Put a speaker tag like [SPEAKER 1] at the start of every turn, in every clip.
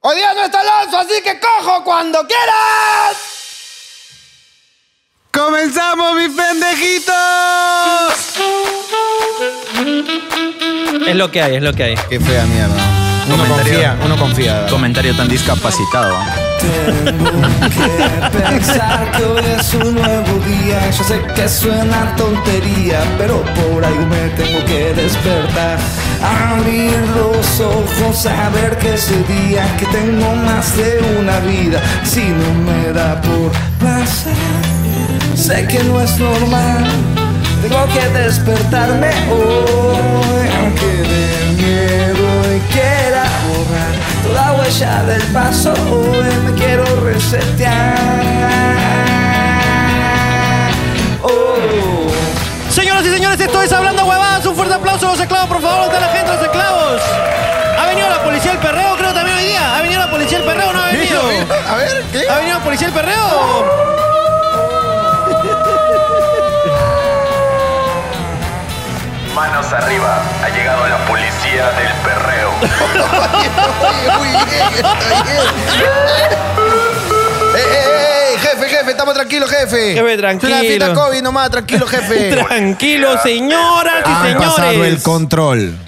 [SPEAKER 1] Hoy día no está Alonso, así que cojo cuando quieras.
[SPEAKER 2] ¡Comenzamos, mis pendejitos!
[SPEAKER 3] Es lo que hay, es lo que hay.
[SPEAKER 2] Qué fea mierda. Uno
[SPEAKER 3] Comentario.
[SPEAKER 2] confía, uno confía.
[SPEAKER 3] Comentario tan discapacitado.
[SPEAKER 4] que pensar que hoy es un nuevo día. Yo sé que suena tontería, pero por algo me tengo que despertar. Abrir los ojos, saber que ese día que tengo más de una vida, si no me da por placer. Sé que no es normal, tengo que despertarme hoy, aunque de miedo y quiera borrar toda huella del paso, hoy me quiero resetear. Oh.
[SPEAKER 3] Señoras y señores, esto es Hablando Huevadas. Un fuerte aplauso a los esclavos, por favor, de la gente de los esclavos. Ha venido la policía del perreo, creo también hoy día. ¿Ha venido la policía del perreo o no ha venido?
[SPEAKER 2] A ver, ¿qué?
[SPEAKER 3] ¿Ha venido la policía del perreo?
[SPEAKER 5] Manos arriba, ha llegado la policía del perreo.
[SPEAKER 2] Muy bien, está bien. ¡Ey, ey, ey! Jefe, jefe, estamos tranquilos, jefe.
[SPEAKER 3] Jefe,
[SPEAKER 2] Es una fiesta
[SPEAKER 3] tranquilo.
[SPEAKER 2] COVID nomás, tranquilo, jefe.
[SPEAKER 3] Tranquilo, señoras y
[SPEAKER 2] Han Eh. Ah. pasado el
[SPEAKER 3] señores.
[SPEAKER 2] control.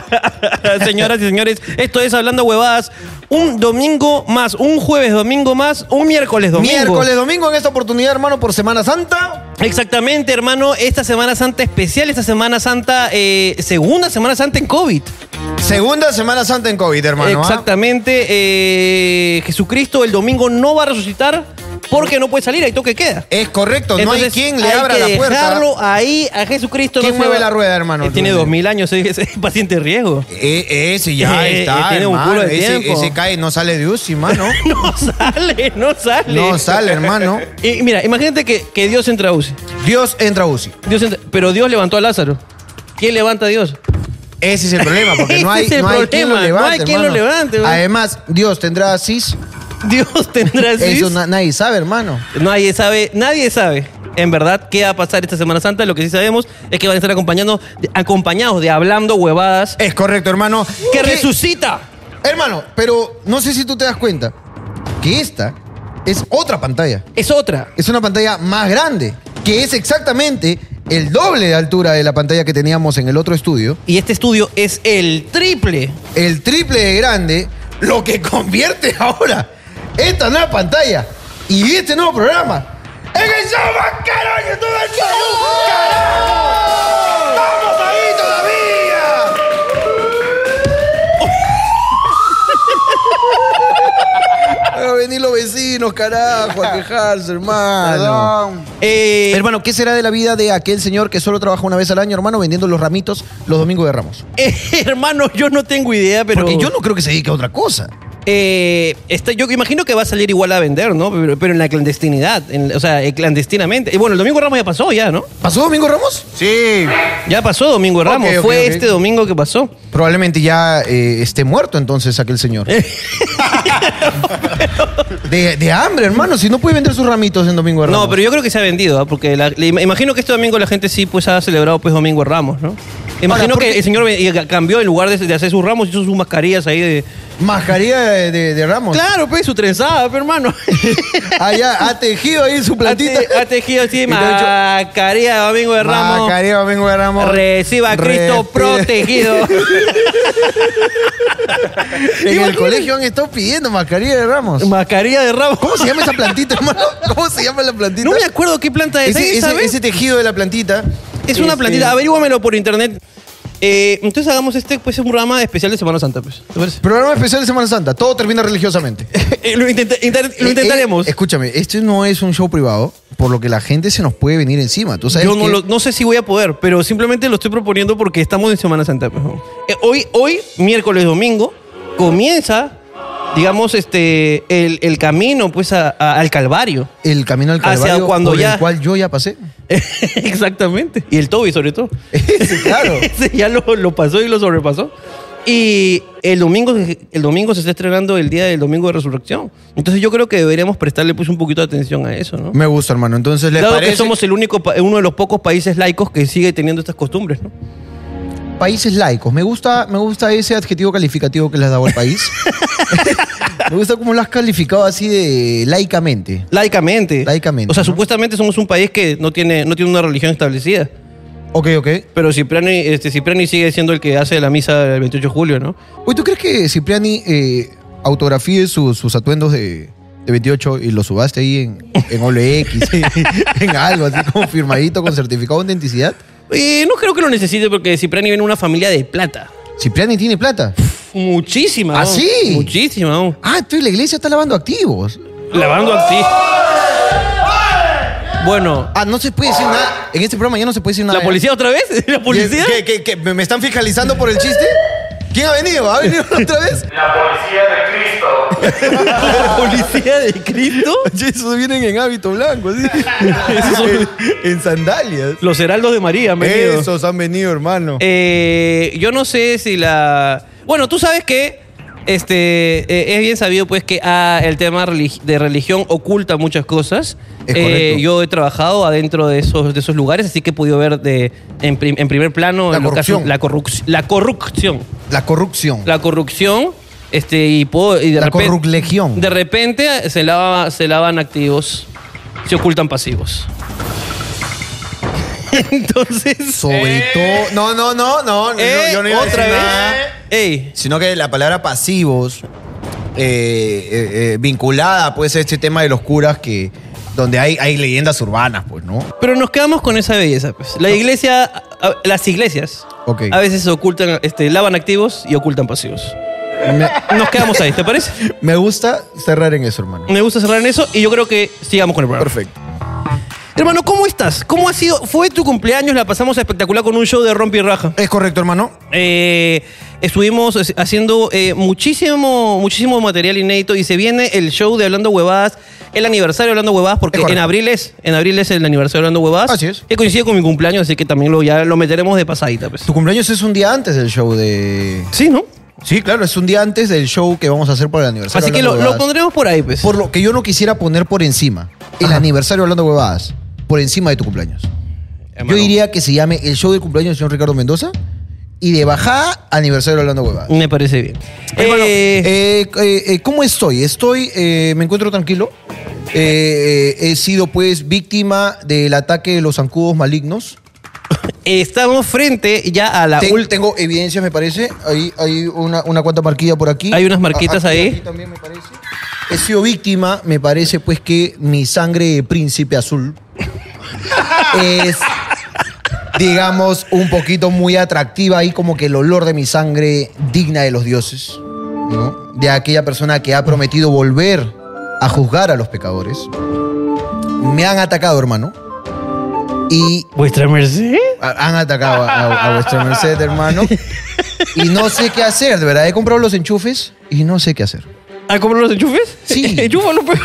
[SPEAKER 3] Señoras y señores, esto es Hablando Huevadas. Un domingo más, un jueves domingo más, un miércoles domingo.
[SPEAKER 2] Miércoles, domingo, en esta oportunidad, hermano, por Semana Santa.
[SPEAKER 3] Exactamente, hermano. Esta Semana Santa especial, esta Semana Santa, eh, segunda Semana Santa en COVID.
[SPEAKER 2] Segunda Semana Santa en COVID, hermano. ¿ah?
[SPEAKER 3] Exactamente. eh, Jesucristo el domingo no va a resucitar porque no puede salir, ahí toque queda.
[SPEAKER 2] Es correcto, no hay
[SPEAKER 3] Entonces,
[SPEAKER 2] quien le
[SPEAKER 3] hay
[SPEAKER 2] abra
[SPEAKER 3] que
[SPEAKER 2] la puerta.
[SPEAKER 3] dejarlo ahí a Jesucristo.
[SPEAKER 2] ¿Quién
[SPEAKER 3] se
[SPEAKER 2] mueve
[SPEAKER 3] va-
[SPEAKER 2] la rueda, hermano?
[SPEAKER 3] Eh, tiene dos mil años, eh, ese es paciente de riesgo.
[SPEAKER 2] Eh, ese ya
[SPEAKER 3] Eh,
[SPEAKER 2] está,
[SPEAKER 3] tiene un
[SPEAKER 2] hermano.
[SPEAKER 3] culo de
[SPEAKER 2] ese,
[SPEAKER 3] tiempo.
[SPEAKER 2] ese cae, no sale de UCI, mano.
[SPEAKER 3] No sale, no sale.
[SPEAKER 2] No sale, hermano.
[SPEAKER 3] Y mira, imagínate que, que Dios entra a UCI.
[SPEAKER 2] Dios entra a UCI.
[SPEAKER 3] Dios entra- pero Dios levantó a Lázaro. ¿Quién levanta a Dios?
[SPEAKER 2] Ese es el problema, porque no hay,
[SPEAKER 3] Ese es el
[SPEAKER 2] no hay quien lo
[SPEAKER 3] problema,
[SPEAKER 2] levante.
[SPEAKER 3] no hay quien
[SPEAKER 2] hermano.
[SPEAKER 3] lo levante, güey.
[SPEAKER 2] Además, Dios tendrá CIS.
[SPEAKER 3] Dios tendrá
[SPEAKER 2] Eso
[SPEAKER 3] cis.
[SPEAKER 2] na- nadie sabe, hermano.
[SPEAKER 3] Nadie sabe, nadie sabe en verdad qué va a pasar esta Semana Santa. Lo que sí sabemos es que van a estar acompañando, acompañados de hablando huevadas.
[SPEAKER 2] Es correcto, hermano.
[SPEAKER 3] ¡Que
[SPEAKER 2] ¿Qué-
[SPEAKER 3] resucita!
[SPEAKER 2] Hermano, pero no sé si tú te das cuenta que esta es otra pantalla.
[SPEAKER 3] Es otra.
[SPEAKER 2] Es una pantalla más grande, que es exactamente el doble de altura de la pantalla que teníamos en el otro estudio.
[SPEAKER 3] Y este estudio es el triple.
[SPEAKER 2] el triple de grande, lo que convierte ahora esta nueva pantalla y este nuevo programa en el show más caro de YouTube del Perú. ¡Carajo! ¡Vamos ahí todavía! Van a venir los vecinos, carajo, a quejarse, hermano.
[SPEAKER 3] Eh,
[SPEAKER 2] Hermano, ¿qué será de la vida de aquel señor que solo trabaja una vez al año, hermano, vendiendo los ramitos los domingos de Ramos?
[SPEAKER 3] eh, hermano, yo no tengo idea, pero.
[SPEAKER 2] Porque yo no creo que se dedique a otra cosa.
[SPEAKER 3] Eh, está- yo imagino que va a salir igual a vender, ¿no? Pero, pero en la clandestinidad. en- o sea, eh, clandestinamente. Y bueno, el Domingo Ramos ya pasó, ya, ¿no?
[SPEAKER 2] ¿Pasó Domingo Ramos?
[SPEAKER 6] Sí,
[SPEAKER 3] Ya pasó Domingo Ramos.
[SPEAKER 2] ok,
[SPEAKER 3] Fue
[SPEAKER 2] ok.
[SPEAKER 3] este domingo que pasó.
[SPEAKER 2] Probablemente ya eh, esté muerto entonces aquel señor.
[SPEAKER 3] Eh.
[SPEAKER 2] de, de hambre, hermano, si no puede vender sus ramitos en Domingo de Ramos.
[SPEAKER 3] No, pero yo creo que se ha vendido, ¿ah? porque la- le- imagino que este domingo la gente sí pues ha celebrado pues Domingo Ramos, ¿no? Imagino
[SPEAKER 2] ¿por
[SPEAKER 3] que
[SPEAKER 2] qué?
[SPEAKER 3] el señor ve- y cambió en lugar de, de hacer sus ramos, hizo sus mascarillas ahí de...
[SPEAKER 2] Mascarilla de, de- de Ramos.
[SPEAKER 3] Claro, pues, su trenzada, pues, hermano.
[SPEAKER 2] Allá ha tejido ahí su
[SPEAKER 3] ha,
[SPEAKER 2] plantita.
[SPEAKER 3] te- ha tejido así
[SPEAKER 2] Y te ha dicho,
[SPEAKER 3] mascarilla de Domingo de Ramos.
[SPEAKER 2] Mascarilla de Domingo de Ramos.
[SPEAKER 3] Reciba a Cristo
[SPEAKER 2] Respi-
[SPEAKER 3] protegido.
[SPEAKER 2] En el colegio han estado pidiendo mascarilla de Ramos.
[SPEAKER 3] mascarilla de Ramos.
[SPEAKER 2] ¿Cómo se llama esa plantita, hermano? ¿Cómo se llama la plantita?
[SPEAKER 3] No me acuerdo qué planta es.
[SPEAKER 2] ese,
[SPEAKER 3] ahí,
[SPEAKER 2] ese-
[SPEAKER 3] ¿sabes?
[SPEAKER 2] ese tejido de la plantita.
[SPEAKER 3] es una
[SPEAKER 2] este,
[SPEAKER 3] plantita, averíguamelo por internet. Eh, entonces hagamos este pues un programa especial de Semana Santa, pues. ¿Te parece?
[SPEAKER 2] Programa especial de Semana Santa. Todo termina religiosamente.
[SPEAKER 3] Eh, lo, intenta- inter- lo
[SPEAKER 2] Eh,
[SPEAKER 3] intentaremos.
[SPEAKER 2] eh, escúchame, este no es un show privado, por lo que la gente se nos puede venir encima. ¿Tú sabes
[SPEAKER 3] Yo no,
[SPEAKER 2] que-
[SPEAKER 3] lo- no sé si voy a poder, pero simplemente lo estoy proponiendo porque estamos en Semana Santa. pues, ¿no? Eh, hoy, hoy, miércoles, domingo, comienza, digamos, este, el, el camino pues, a- a- al Calvario.
[SPEAKER 2] El camino al
[SPEAKER 3] Hacia
[SPEAKER 2] Calvario
[SPEAKER 3] cuando
[SPEAKER 2] por el
[SPEAKER 3] ya-
[SPEAKER 2] cual yo ya pasé.
[SPEAKER 3] Exactamente. Y el Toby, sobre todo.
[SPEAKER 2] Ese, claro.
[SPEAKER 3] Ese ya lo, lo pasó y lo sobrepasó. Y el domingo, el domingo se está estrenando el día del domingo de resurrección. Entonces yo creo que deberíamos prestarle pues, un poquito de atención a eso, ¿no?
[SPEAKER 2] Me gusta, hermano. Entonces, ¿le
[SPEAKER 3] Dado
[SPEAKER 2] parece?
[SPEAKER 3] que somos el único, pa- uno de los pocos países laicos que sigue teniendo estas costumbres, ¿no?
[SPEAKER 2] países laicos. Me gusta, me gusta ese adjetivo calificativo que les ha dado al país. Me gusta cómo lo has calificado así de laicamente.
[SPEAKER 3] Laicamente.
[SPEAKER 2] Laicamente,
[SPEAKER 3] O sea,
[SPEAKER 2] ¿no?
[SPEAKER 3] supuestamente somos un país que no tiene, no tiene una religión establecida.
[SPEAKER 2] Ok, ok.
[SPEAKER 3] Pero Cipriani, este, Cipriani sigue siendo el que hace la misa el 28 de julio, ¿no?
[SPEAKER 2] Oye, ¿tú crees que Cipriani eh, autografíe su- sus atuendos de, de 28 y los subaste ahí en, en OLX, en algo así como firmadito con certificado de autenticidad?
[SPEAKER 3] Y no creo que lo necesite porque Cipriani viene de una familia de plata.
[SPEAKER 2] Cipriani tiene plata.
[SPEAKER 3] Muchísima.
[SPEAKER 2] ¿Ah,
[SPEAKER 3] ¿no?
[SPEAKER 2] sí?
[SPEAKER 3] Muchísima. ¿no?
[SPEAKER 2] Ah, entonces la iglesia está lavando activos.
[SPEAKER 3] Lavando a ti. Bueno,
[SPEAKER 2] Ah, no se puede decir nada. En este programa ya no se puede decir nada.
[SPEAKER 3] ¿la policía otra vez? ¿La policía?
[SPEAKER 2] ¿Qué, qué, qué? me me están fiscalizando por el chiste? ¿Quién ha venido? ¿Ha venido otra vez?
[SPEAKER 5] La policía de Cristo.
[SPEAKER 3] ¿La policía de Cristo?
[SPEAKER 2] Esos vienen en hábito blanco, así. en, en sandalias.
[SPEAKER 3] Los heraldos de María, han venido.
[SPEAKER 2] Esos han venido, hermano.
[SPEAKER 3] Eh, yo no sé si la. Bueno, tú sabes que este eh, es bien sabido pues que ah, el tema relig- de religión oculta muchas cosas. Eh,
[SPEAKER 2] Es correcto.
[SPEAKER 3] yo he trabajado adentro de esos, de esos lugares, así que he podido ver de, en, prim- en primer plano
[SPEAKER 2] La
[SPEAKER 3] en los casos-
[SPEAKER 2] corrupción.
[SPEAKER 3] la, corrupción la corrupción.
[SPEAKER 2] la corrupción.
[SPEAKER 3] La corrupción. Este, y, puedo- y de
[SPEAKER 2] La
[SPEAKER 3] repen-
[SPEAKER 2] corruplegión.
[SPEAKER 3] De repente se, lava- se lavan activos, se ocultan pasivos. Entonces.
[SPEAKER 2] Sobre todo. No, no, no, no. Pues no,
[SPEAKER 3] Eh,
[SPEAKER 2] yo no iba a
[SPEAKER 3] otra
[SPEAKER 2] decir
[SPEAKER 3] vez. Eh,
[SPEAKER 2] nada.
[SPEAKER 3] Ey,
[SPEAKER 2] Sino que la palabra pasivos, eh, eh, eh, vinculada pues a este tema de los curas que. Donde hay, hay leyendas urbanas, pues, ¿no?
[SPEAKER 3] pero nos quedamos con esa belleza. Pues. La iglesia, a- a- las iglesias,
[SPEAKER 2] Ok.
[SPEAKER 3] a veces ocultan, este, lavan activos y ocultan pasivos. Nos quedamos ahí, ¿te parece?
[SPEAKER 2] Me gusta cerrar en eso, hermano.
[SPEAKER 3] Me gusta cerrar en eso y yo creo que sigamos con el programa.
[SPEAKER 2] Perfecto.
[SPEAKER 3] Hermano, ¿cómo estás? ¿Cómo ha sido? Fue tu cumpleaños, la pasamos espectacular con un show de rompe y raja.
[SPEAKER 2] Es correcto, hermano.
[SPEAKER 3] Eh, estuvimos es- haciendo eh, muchísimo, muchísimo material inédito y se viene el show de Hablando Huevadas, el aniversario de Hablando Huevadas, porque
[SPEAKER 2] Es correcto.
[SPEAKER 3] en abril es, en abril es el aniversario de Hablando Huevadas.
[SPEAKER 2] Así es.
[SPEAKER 3] Que coincide con mi cumpleaños, así que también lo, ya lo meteremos de pasadita. Pues.
[SPEAKER 2] Tu cumpleaños es un día antes del show de.
[SPEAKER 3] Sí, ¿no?
[SPEAKER 2] Sí, claro, es un día antes del show que vamos a hacer por el aniversario.
[SPEAKER 3] Así que lo,
[SPEAKER 2] Hablando
[SPEAKER 3] lo
[SPEAKER 2] Huevadas.
[SPEAKER 3] pondremos por ahí, pues.
[SPEAKER 2] Por lo que yo no quisiera poner por encima el aniversario hablando huevadas, por encima de tu cumpleaños.
[SPEAKER 3] Hermano.
[SPEAKER 2] Yo diría que se llame el show del cumpleaños del señor Ricardo Mendoza y de bajada aniversario hablando huevadas.
[SPEAKER 3] Me parece bien.
[SPEAKER 2] Hermano,
[SPEAKER 3] Eh,
[SPEAKER 2] eh, eh, eh, ¿Cómo estoy? Estoy, eh, me encuentro tranquilo. Eh, eh, he sido pues víctima del ataque de los zancudos malignos.
[SPEAKER 3] estamos frente ya a la
[SPEAKER 2] Ten-
[SPEAKER 3] última.
[SPEAKER 2] tengo evidencias, me parece. Hay, hay una, una cuanta marquilla por aquí.
[SPEAKER 3] Hay unas marquitas
[SPEAKER 2] A-
[SPEAKER 3] ahí.
[SPEAKER 2] también me parece. He sido víctima, me parece, pues que mi sangre de príncipe azul es, digamos, un poquito muy atractiva y como que el olor de mi sangre digna de los dioses, ¿no? De aquella persona que ha prometido volver a juzgar a los pecadores. Me han atacado, hermano. Y
[SPEAKER 3] ¿Vuestra merced?
[SPEAKER 2] a- Han atacado a, a- a vuestra merced, hermano. Y no sé qué hacer, de verdad. He comprado los enchufes y no sé qué hacer.
[SPEAKER 3] ¿A comprar ¿Ah, los enchufes?
[SPEAKER 2] Sí.
[SPEAKER 3] Enchúfalo, pues.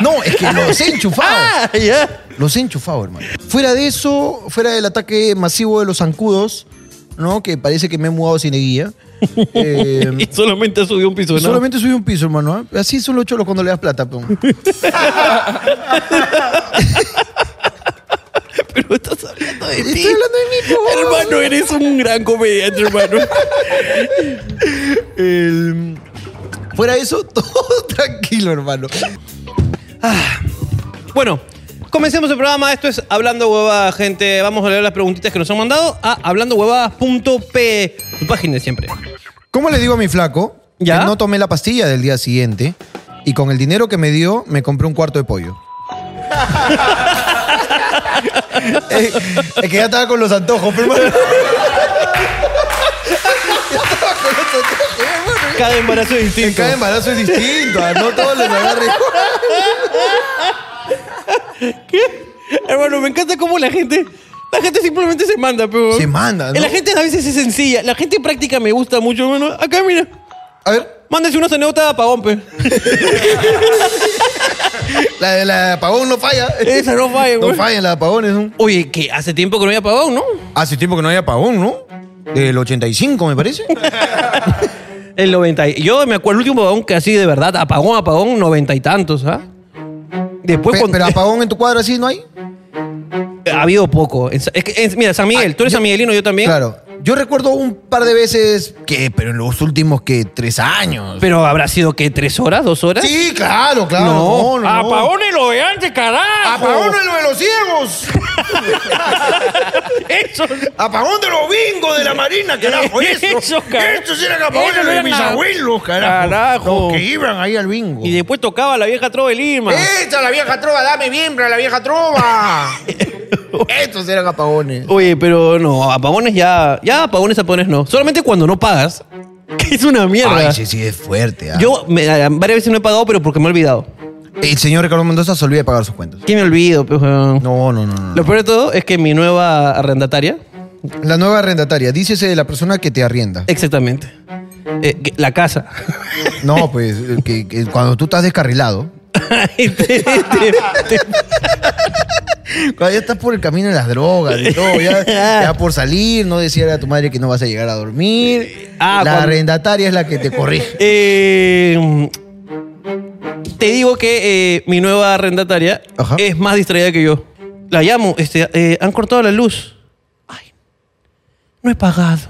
[SPEAKER 2] No, es que los he enchufado.
[SPEAKER 3] ah, ya.
[SPEAKER 2] Los he enchufado, hermano. Fuera de eso, fuera del ataque masivo de los zancudos, ¿no? Que parece que me he mudado sin guía. Eh,
[SPEAKER 3] Y solamente subió un piso, ¿no?
[SPEAKER 2] Solamente subí un piso, hermano. ¿eh? Así son los cholos cuando le das plata, peón.
[SPEAKER 3] Pero estás hablando de ti.
[SPEAKER 2] Estoy hablando de mí, po.
[SPEAKER 3] Hermano, eres un gran comediante, hermano.
[SPEAKER 2] El- Fuera de eso, todo tranquilo, hermano.
[SPEAKER 3] bueno, comencemos el programa. Esto es Hablando Huevada, gente. Vamos a leer las preguntitas que nos han mandado a hablandohuevadas.p. Tu página de siempre.
[SPEAKER 2] ¿Cómo le digo a mi flaco
[SPEAKER 3] ¿Ya?
[SPEAKER 2] que no tomé la pastilla del día siguiente y con el dinero que me dio me compré un cuarto de pollo? Eh, es que ya estaba con los antojos, pero hermano.
[SPEAKER 3] Cada embarazo es distinto.
[SPEAKER 2] Cada embarazo es distinto, ah, no todos les agarra igual.
[SPEAKER 3] Hermano, me encanta cómo la gente. La gente simplemente se manda, pero.
[SPEAKER 2] Se manda, ¿no?
[SPEAKER 3] La gente a veces es sencilla. La gente práctica me gusta mucho, hermano. Acá, mira.
[SPEAKER 2] A ver,
[SPEAKER 3] Mándese unas anécdotas a Pagón, pe.
[SPEAKER 2] la de la de apagón no falla.
[SPEAKER 3] Esa no falla,
[SPEAKER 2] No
[SPEAKER 3] güey.
[SPEAKER 2] falla, la de apagón es un.
[SPEAKER 3] Oye, que hace tiempo que no había Pagón, ¿no?
[SPEAKER 2] Hace tiempo que no hay apagón, ¿no? Del 85, me parece.
[SPEAKER 3] Pues El 90. y- Yo me acuerdo el último apagón que así de verdad, apagón, apagón, noventa y tantos, ¿ah? Después
[SPEAKER 2] Pe-
[SPEAKER 3] cuando-
[SPEAKER 2] pero apagón en tu cuadra sí no hay.
[SPEAKER 3] ha habido poco. En Sa- es que, en- mira, San Miguel, tú eres San Miguelino, yo también.
[SPEAKER 2] Ah, Claro. Yo recuerdo un par de veces que, pero en los últimos que tres años.
[SPEAKER 3] Pero habrá sido que tres horas, dos horas.
[SPEAKER 2] sí, claro, claro.
[SPEAKER 3] No.
[SPEAKER 2] No, no, no.
[SPEAKER 1] Apagones lo de antes, carajo.
[SPEAKER 2] Apagón de lo de los ciegos.
[SPEAKER 1] Eso.
[SPEAKER 2] Apagón de los bingos de la marina, carajo. Eso,
[SPEAKER 1] Eso, carajo.
[SPEAKER 2] Estos eran apagones
[SPEAKER 1] Eso no
[SPEAKER 2] de
[SPEAKER 1] era
[SPEAKER 2] mis
[SPEAKER 1] nada.
[SPEAKER 2] abuelos, carajo.
[SPEAKER 1] Carajo.
[SPEAKER 2] Los que iban ahí al bingo.
[SPEAKER 3] Y después tocaba la vieja trova de Lima.
[SPEAKER 2] Esta la vieja trova, dame bimbra la vieja trova. Estos eran apagones.
[SPEAKER 3] Oye, pero no, apagones ya. Ya apagones, apagones no. Solamente cuando no pagas. Que es una mierda.
[SPEAKER 2] Ay, sí, sí, es fuerte. ah.
[SPEAKER 3] Yo me- varias veces no he pagado, pero porque me he olvidado.
[SPEAKER 2] El señor Ricardo Mendoza se olvida de pagar sus cuentas.
[SPEAKER 3] ¿Qué me olvido? pues, weón?
[SPEAKER 2] No, no, no. no.
[SPEAKER 3] Lo peor de todo es que mi nueva arrendataria.
[SPEAKER 2] La nueva arrendataria, dícese de la persona que te arrienda.
[SPEAKER 3] Exactamente. eh, que- la casa.
[SPEAKER 2] No, pues, el que, que cuando tú estás descarrilado,
[SPEAKER 3] Te- te- te-
[SPEAKER 2] cuando ya estás por el camino de las drogas y todo, ya, ya por salir, no decirle a tu madre que no vas a llegar a dormir.
[SPEAKER 3] Ah,
[SPEAKER 2] la
[SPEAKER 3] cuando-
[SPEAKER 2] arrendataria es la que te corrige.
[SPEAKER 3] Eh, te digo que eh, mi nueva arrendataria
[SPEAKER 2] Ajá.
[SPEAKER 3] es más distraída que yo. La llamo, este, eh, han cortado la luz. Ay, no he pagado.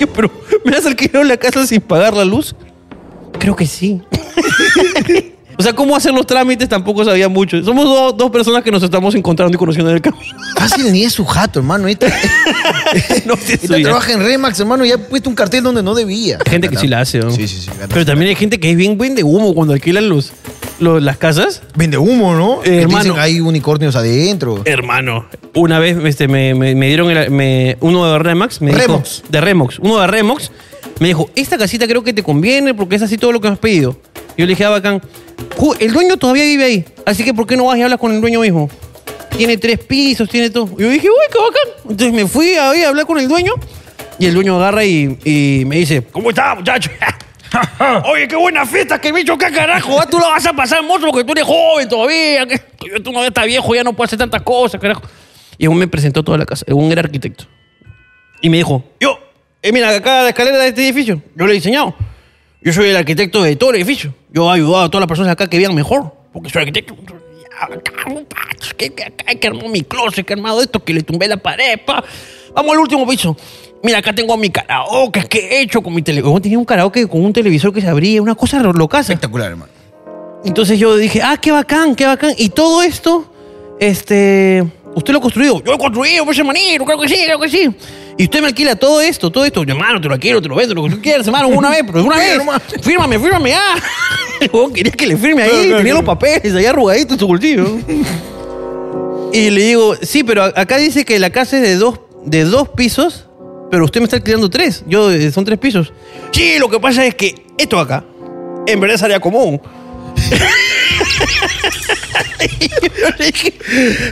[SPEAKER 3] Yo, pero ¿me has alquilado la casa sin pagar la luz? Creo que sí. o sea, cómo hacer los trámites tampoco sabía mucho. Somos dos- dos personas que nos estamos encontrando y conociendo en el camino.
[SPEAKER 2] Fácil ni es su jato, hermano. Esta,
[SPEAKER 3] no sé
[SPEAKER 2] esta
[SPEAKER 3] suya.
[SPEAKER 2] trabaja en Remax, hermano. Ya ha puesto un cartel donde no debía.
[SPEAKER 3] Hay gente que sí la hace, ¿no?
[SPEAKER 2] Sí, sí, sí, gana.
[SPEAKER 3] Pero también hay gente que es bien buen de humo cuando alquilan los, los- las casas.
[SPEAKER 2] Vende humo, ¿no?
[SPEAKER 3] Eh,
[SPEAKER 2] Que te
[SPEAKER 3] hermano.
[SPEAKER 2] Dicen, hay unicornios adentro.
[SPEAKER 3] Hermano, una vez este, me, me- me dieron el- me- uno de Remax. Me dijo-
[SPEAKER 2] Remox.
[SPEAKER 3] de Remox. Uno de Remox. Me dijo, esta casita creo que te conviene porque es así todo lo que me has pedido. Yo le dije a Bacán, "Ju, el dueño todavía vive ahí. Así que ¿por qué no vas y hablas con el dueño mismo? Tiene tres pisos, tiene todo. Yo dije, uy, qué bacán. Entonces me fui ahí a hablar con el dueño. Y el dueño agarra y, y me dice,
[SPEAKER 1] ¿Cómo está, muchacho? Oye, qué buena fiesta, qué bicho, qué carajo. ah, Tú la vas a pasar mucho porque tú eres joven todavía. que
[SPEAKER 3] tú no estás viejo, ya no puedes hacer tantas cosas, carajo. Y aún me presentó toda la casa, un era arquitecto. Y me dijo, yo, eh, mira, acá la escalera de este edificio, yo lo he diseñado. Yo soy el arquitecto de todo el edificio. Yo he ayudado a todas las personas acá que vean mejor, porque soy arquitecto. Acá, pa, que, que, que, que armó mi closet, que he armado esto, que le tumbé la pared, pa. Vamos al último piso. Mira, acá tengo mi karaoke que he hecho con mi televisor. Tenía un karaoke con un televisor que se abría, una cosa loca.
[SPEAKER 2] Espectacular, hermano.
[SPEAKER 3] Entonces yo dije, ah, qué bacán, qué bacán. Y todo esto, este, usted lo ha construido. Yo lo he construido, pues hermanito, creo que sí, creo que sí. Y usted me alquila todo esto, todo esto. Yo, hermano, te lo quiero, te lo vendo, lo que tú quieras, hermano, una vez, pero una vez.
[SPEAKER 2] hermano.
[SPEAKER 3] Fírmame, fírmame, ah. El huevón quería que le firme ahí,
[SPEAKER 2] Claro, claro,
[SPEAKER 3] tenía los
[SPEAKER 2] claro.
[SPEAKER 3] papeles ahí arrugaditos en su bolsillo. y le digo, sí, pero a- acá dice que la casa es de dos, de dos pisos, pero usted me está alquilando tres. Yo, eh, son tres pisos. Sí, lo que pasa es que esto acá, en verdad es área común. Yo le dije,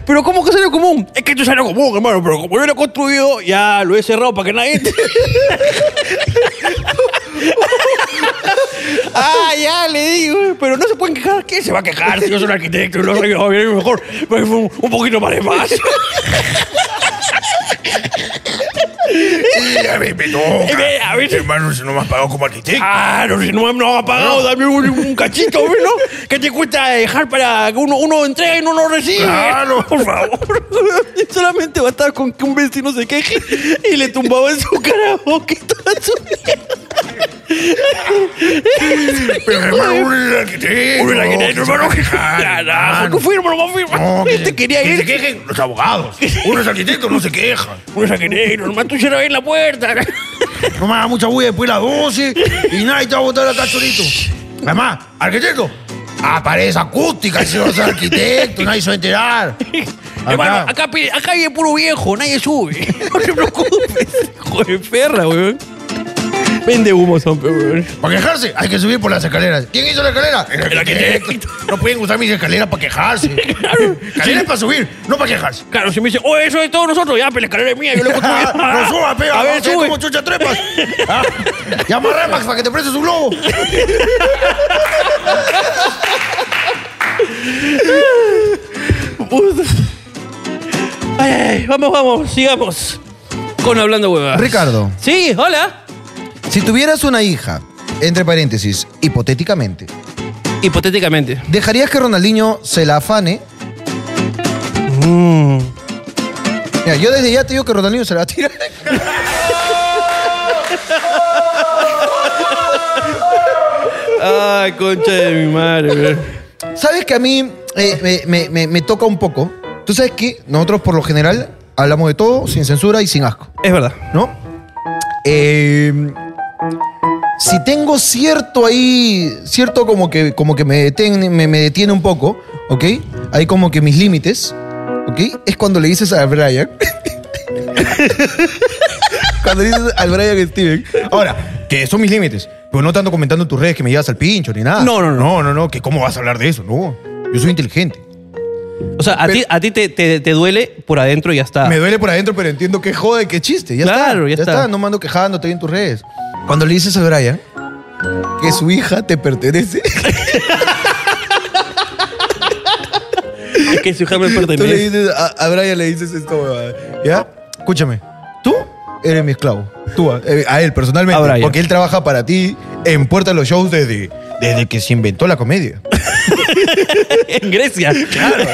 [SPEAKER 3] pero ¿cómo que es área común?
[SPEAKER 1] Es que tú sabes algo común, hermano, pero como yo lo he construido, ya lo he cerrado para que nadie.
[SPEAKER 3] Ah, ya, le digo, pero no se pueden quejar. ¿Qué
[SPEAKER 1] ¿Quién se va a quejar si yo soy un arquitecto y lo soy yo? Bien, Mejor, pues, un un poquito más de más.
[SPEAKER 2] Ya me invitó.
[SPEAKER 1] A veces,
[SPEAKER 2] Hermano, si no me has pagado como arquitecto.
[SPEAKER 1] claro, si Ah, no, no ha pagado, dame un, un cachito, ¿ves, ¿no? ¿Qué te cuesta dejar para que uno, uno entregue y uno no recibe?
[SPEAKER 2] Claro.
[SPEAKER 1] por favor.
[SPEAKER 3] Solamente bastaba con que un vecino se queje y le tumbaba en su karaoke toda su
[SPEAKER 2] Pero hermano, uno era arquitecto.
[SPEAKER 1] Uno era arquitecto,
[SPEAKER 2] ¿Quién se va
[SPEAKER 1] hermano.
[SPEAKER 2] a quejar,
[SPEAKER 1] Carajo,
[SPEAKER 2] hermano?
[SPEAKER 1] no firmo, no firmo.
[SPEAKER 2] No, que-
[SPEAKER 1] Este quería
[SPEAKER 2] que
[SPEAKER 1] ir.
[SPEAKER 2] se quejen los abogados. Uno es arquitecto, no se queja.
[SPEAKER 1] Uno es arquitecto, hermano, tú cierras bien la puerta.
[SPEAKER 2] No me haga mucha bulla después de las 12 y nadie te va a botar acá solito. Además, arquitecto, aparece acústica si no es arquitecto, nadie se va a enterar.
[SPEAKER 1] Hermano, acá, pide- acá vive puro viejo, nadie sube. No te preocupes.
[SPEAKER 3] Joder, perra, weón. Vende humo, son, pe, weón.
[SPEAKER 2] Para quejarse hay que subir por las escaleras. ¿Quién hizo la escalera? El
[SPEAKER 1] arquitecto.
[SPEAKER 2] No pueden usar mis escaleras para quejarse. Escaleras para subir, no para quejarse. Ah,
[SPEAKER 1] Claro, si me dice,
[SPEAKER 3] "Oh,
[SPEAKER 1] oye, eso es todo nosotros, ya, pero
[SPEAKER 3] pues,
[SPEAKER 1] la escalera es mía, yo lo he construido.
[SPEAKER 2] no Pues suba, pega.
[SPEAKER 1] A ver, sube.
[SPEAKER 2] como chucha trepas. Ah, Llama a Remax para que te preste su globo.
[SPEAKER 3] Puta. Ay, ay, vamos, vamos, sigamos con Hablando Huevas.
[SPEAKER 2] Ricardo.
[SPEAKER 3] Sí, hola.
[SPEAKER 2] Si tuvieras una hija, entre paréntesis, hipotéticamente,
[SPEAKER 3] Hipotéticamente.
[SPEAKER 1] Mm.
[SPEAKER 2] ¿dejarías que Ronaldinho se la afane? Mira, yo desde ya te digo que Ronaldinho se la va a tirar.
[SPEAKER 3] Ay, concha de mi madre, bro.
[SPEAKER 2] ¿Sabes que a mí eh, me, me- me- me toca un poco? Tú sabes que nosotros por lo general hablamos de todo sin censura y sin asco,
[SPEAKER 3] Es verdad.
[SPEAKER 2] ¿no? Eh, si tengo cierto ahí, cierto como que, como que me, detiene, me, me detiene un poco, ¿ok? Hay como que mis límites, ¿ok? Es cuando le dices a Brian. cuando le dices al Brian Steven. Ahora, que son mis límites. Pero no tanto comentando en tus redes que me llevas al pincho ni nada.
[SPEAKER 3] No, no, no.
[SPEAKER 2] No, no, no. Que cómo vas a hablar de eso. No. Yo soy inteligente.
[SPEAKER 3] O sea, a ti, a ti te, te- te duele por adentro y ya está.
[SPEAKER 2] Me duele por adentro, pero entiendo que jode, que chiste. Ya
[SPEAKER 3] Ah. Claro,
[SPEAKER 2] está.
[SPEAKER 3] ya está.
[SPEAKER 2] No mando quejándote en tus redes. Cuando le dices a Brian que su hija te pertenece,
[SPEAKER 3] Es que su hija me
[SPEAKER 2] tú le
[SPEAKER 3] pertenece.
[SPEAKER 2] dices a, a Brian le dices esto, huevada. ¿Ya? Escúchame. Tú eres mi esclavo. Tú, a, eh, a él personalmente.
[SPEAKER 3] A Brian.
[SPEAKER 2] porque él trabaja para ti en Puerta de los Shows desde, desde que se inventó la comedia.
[SPEAKER 3] en Grecia.
[SPEAKER 2] Claro.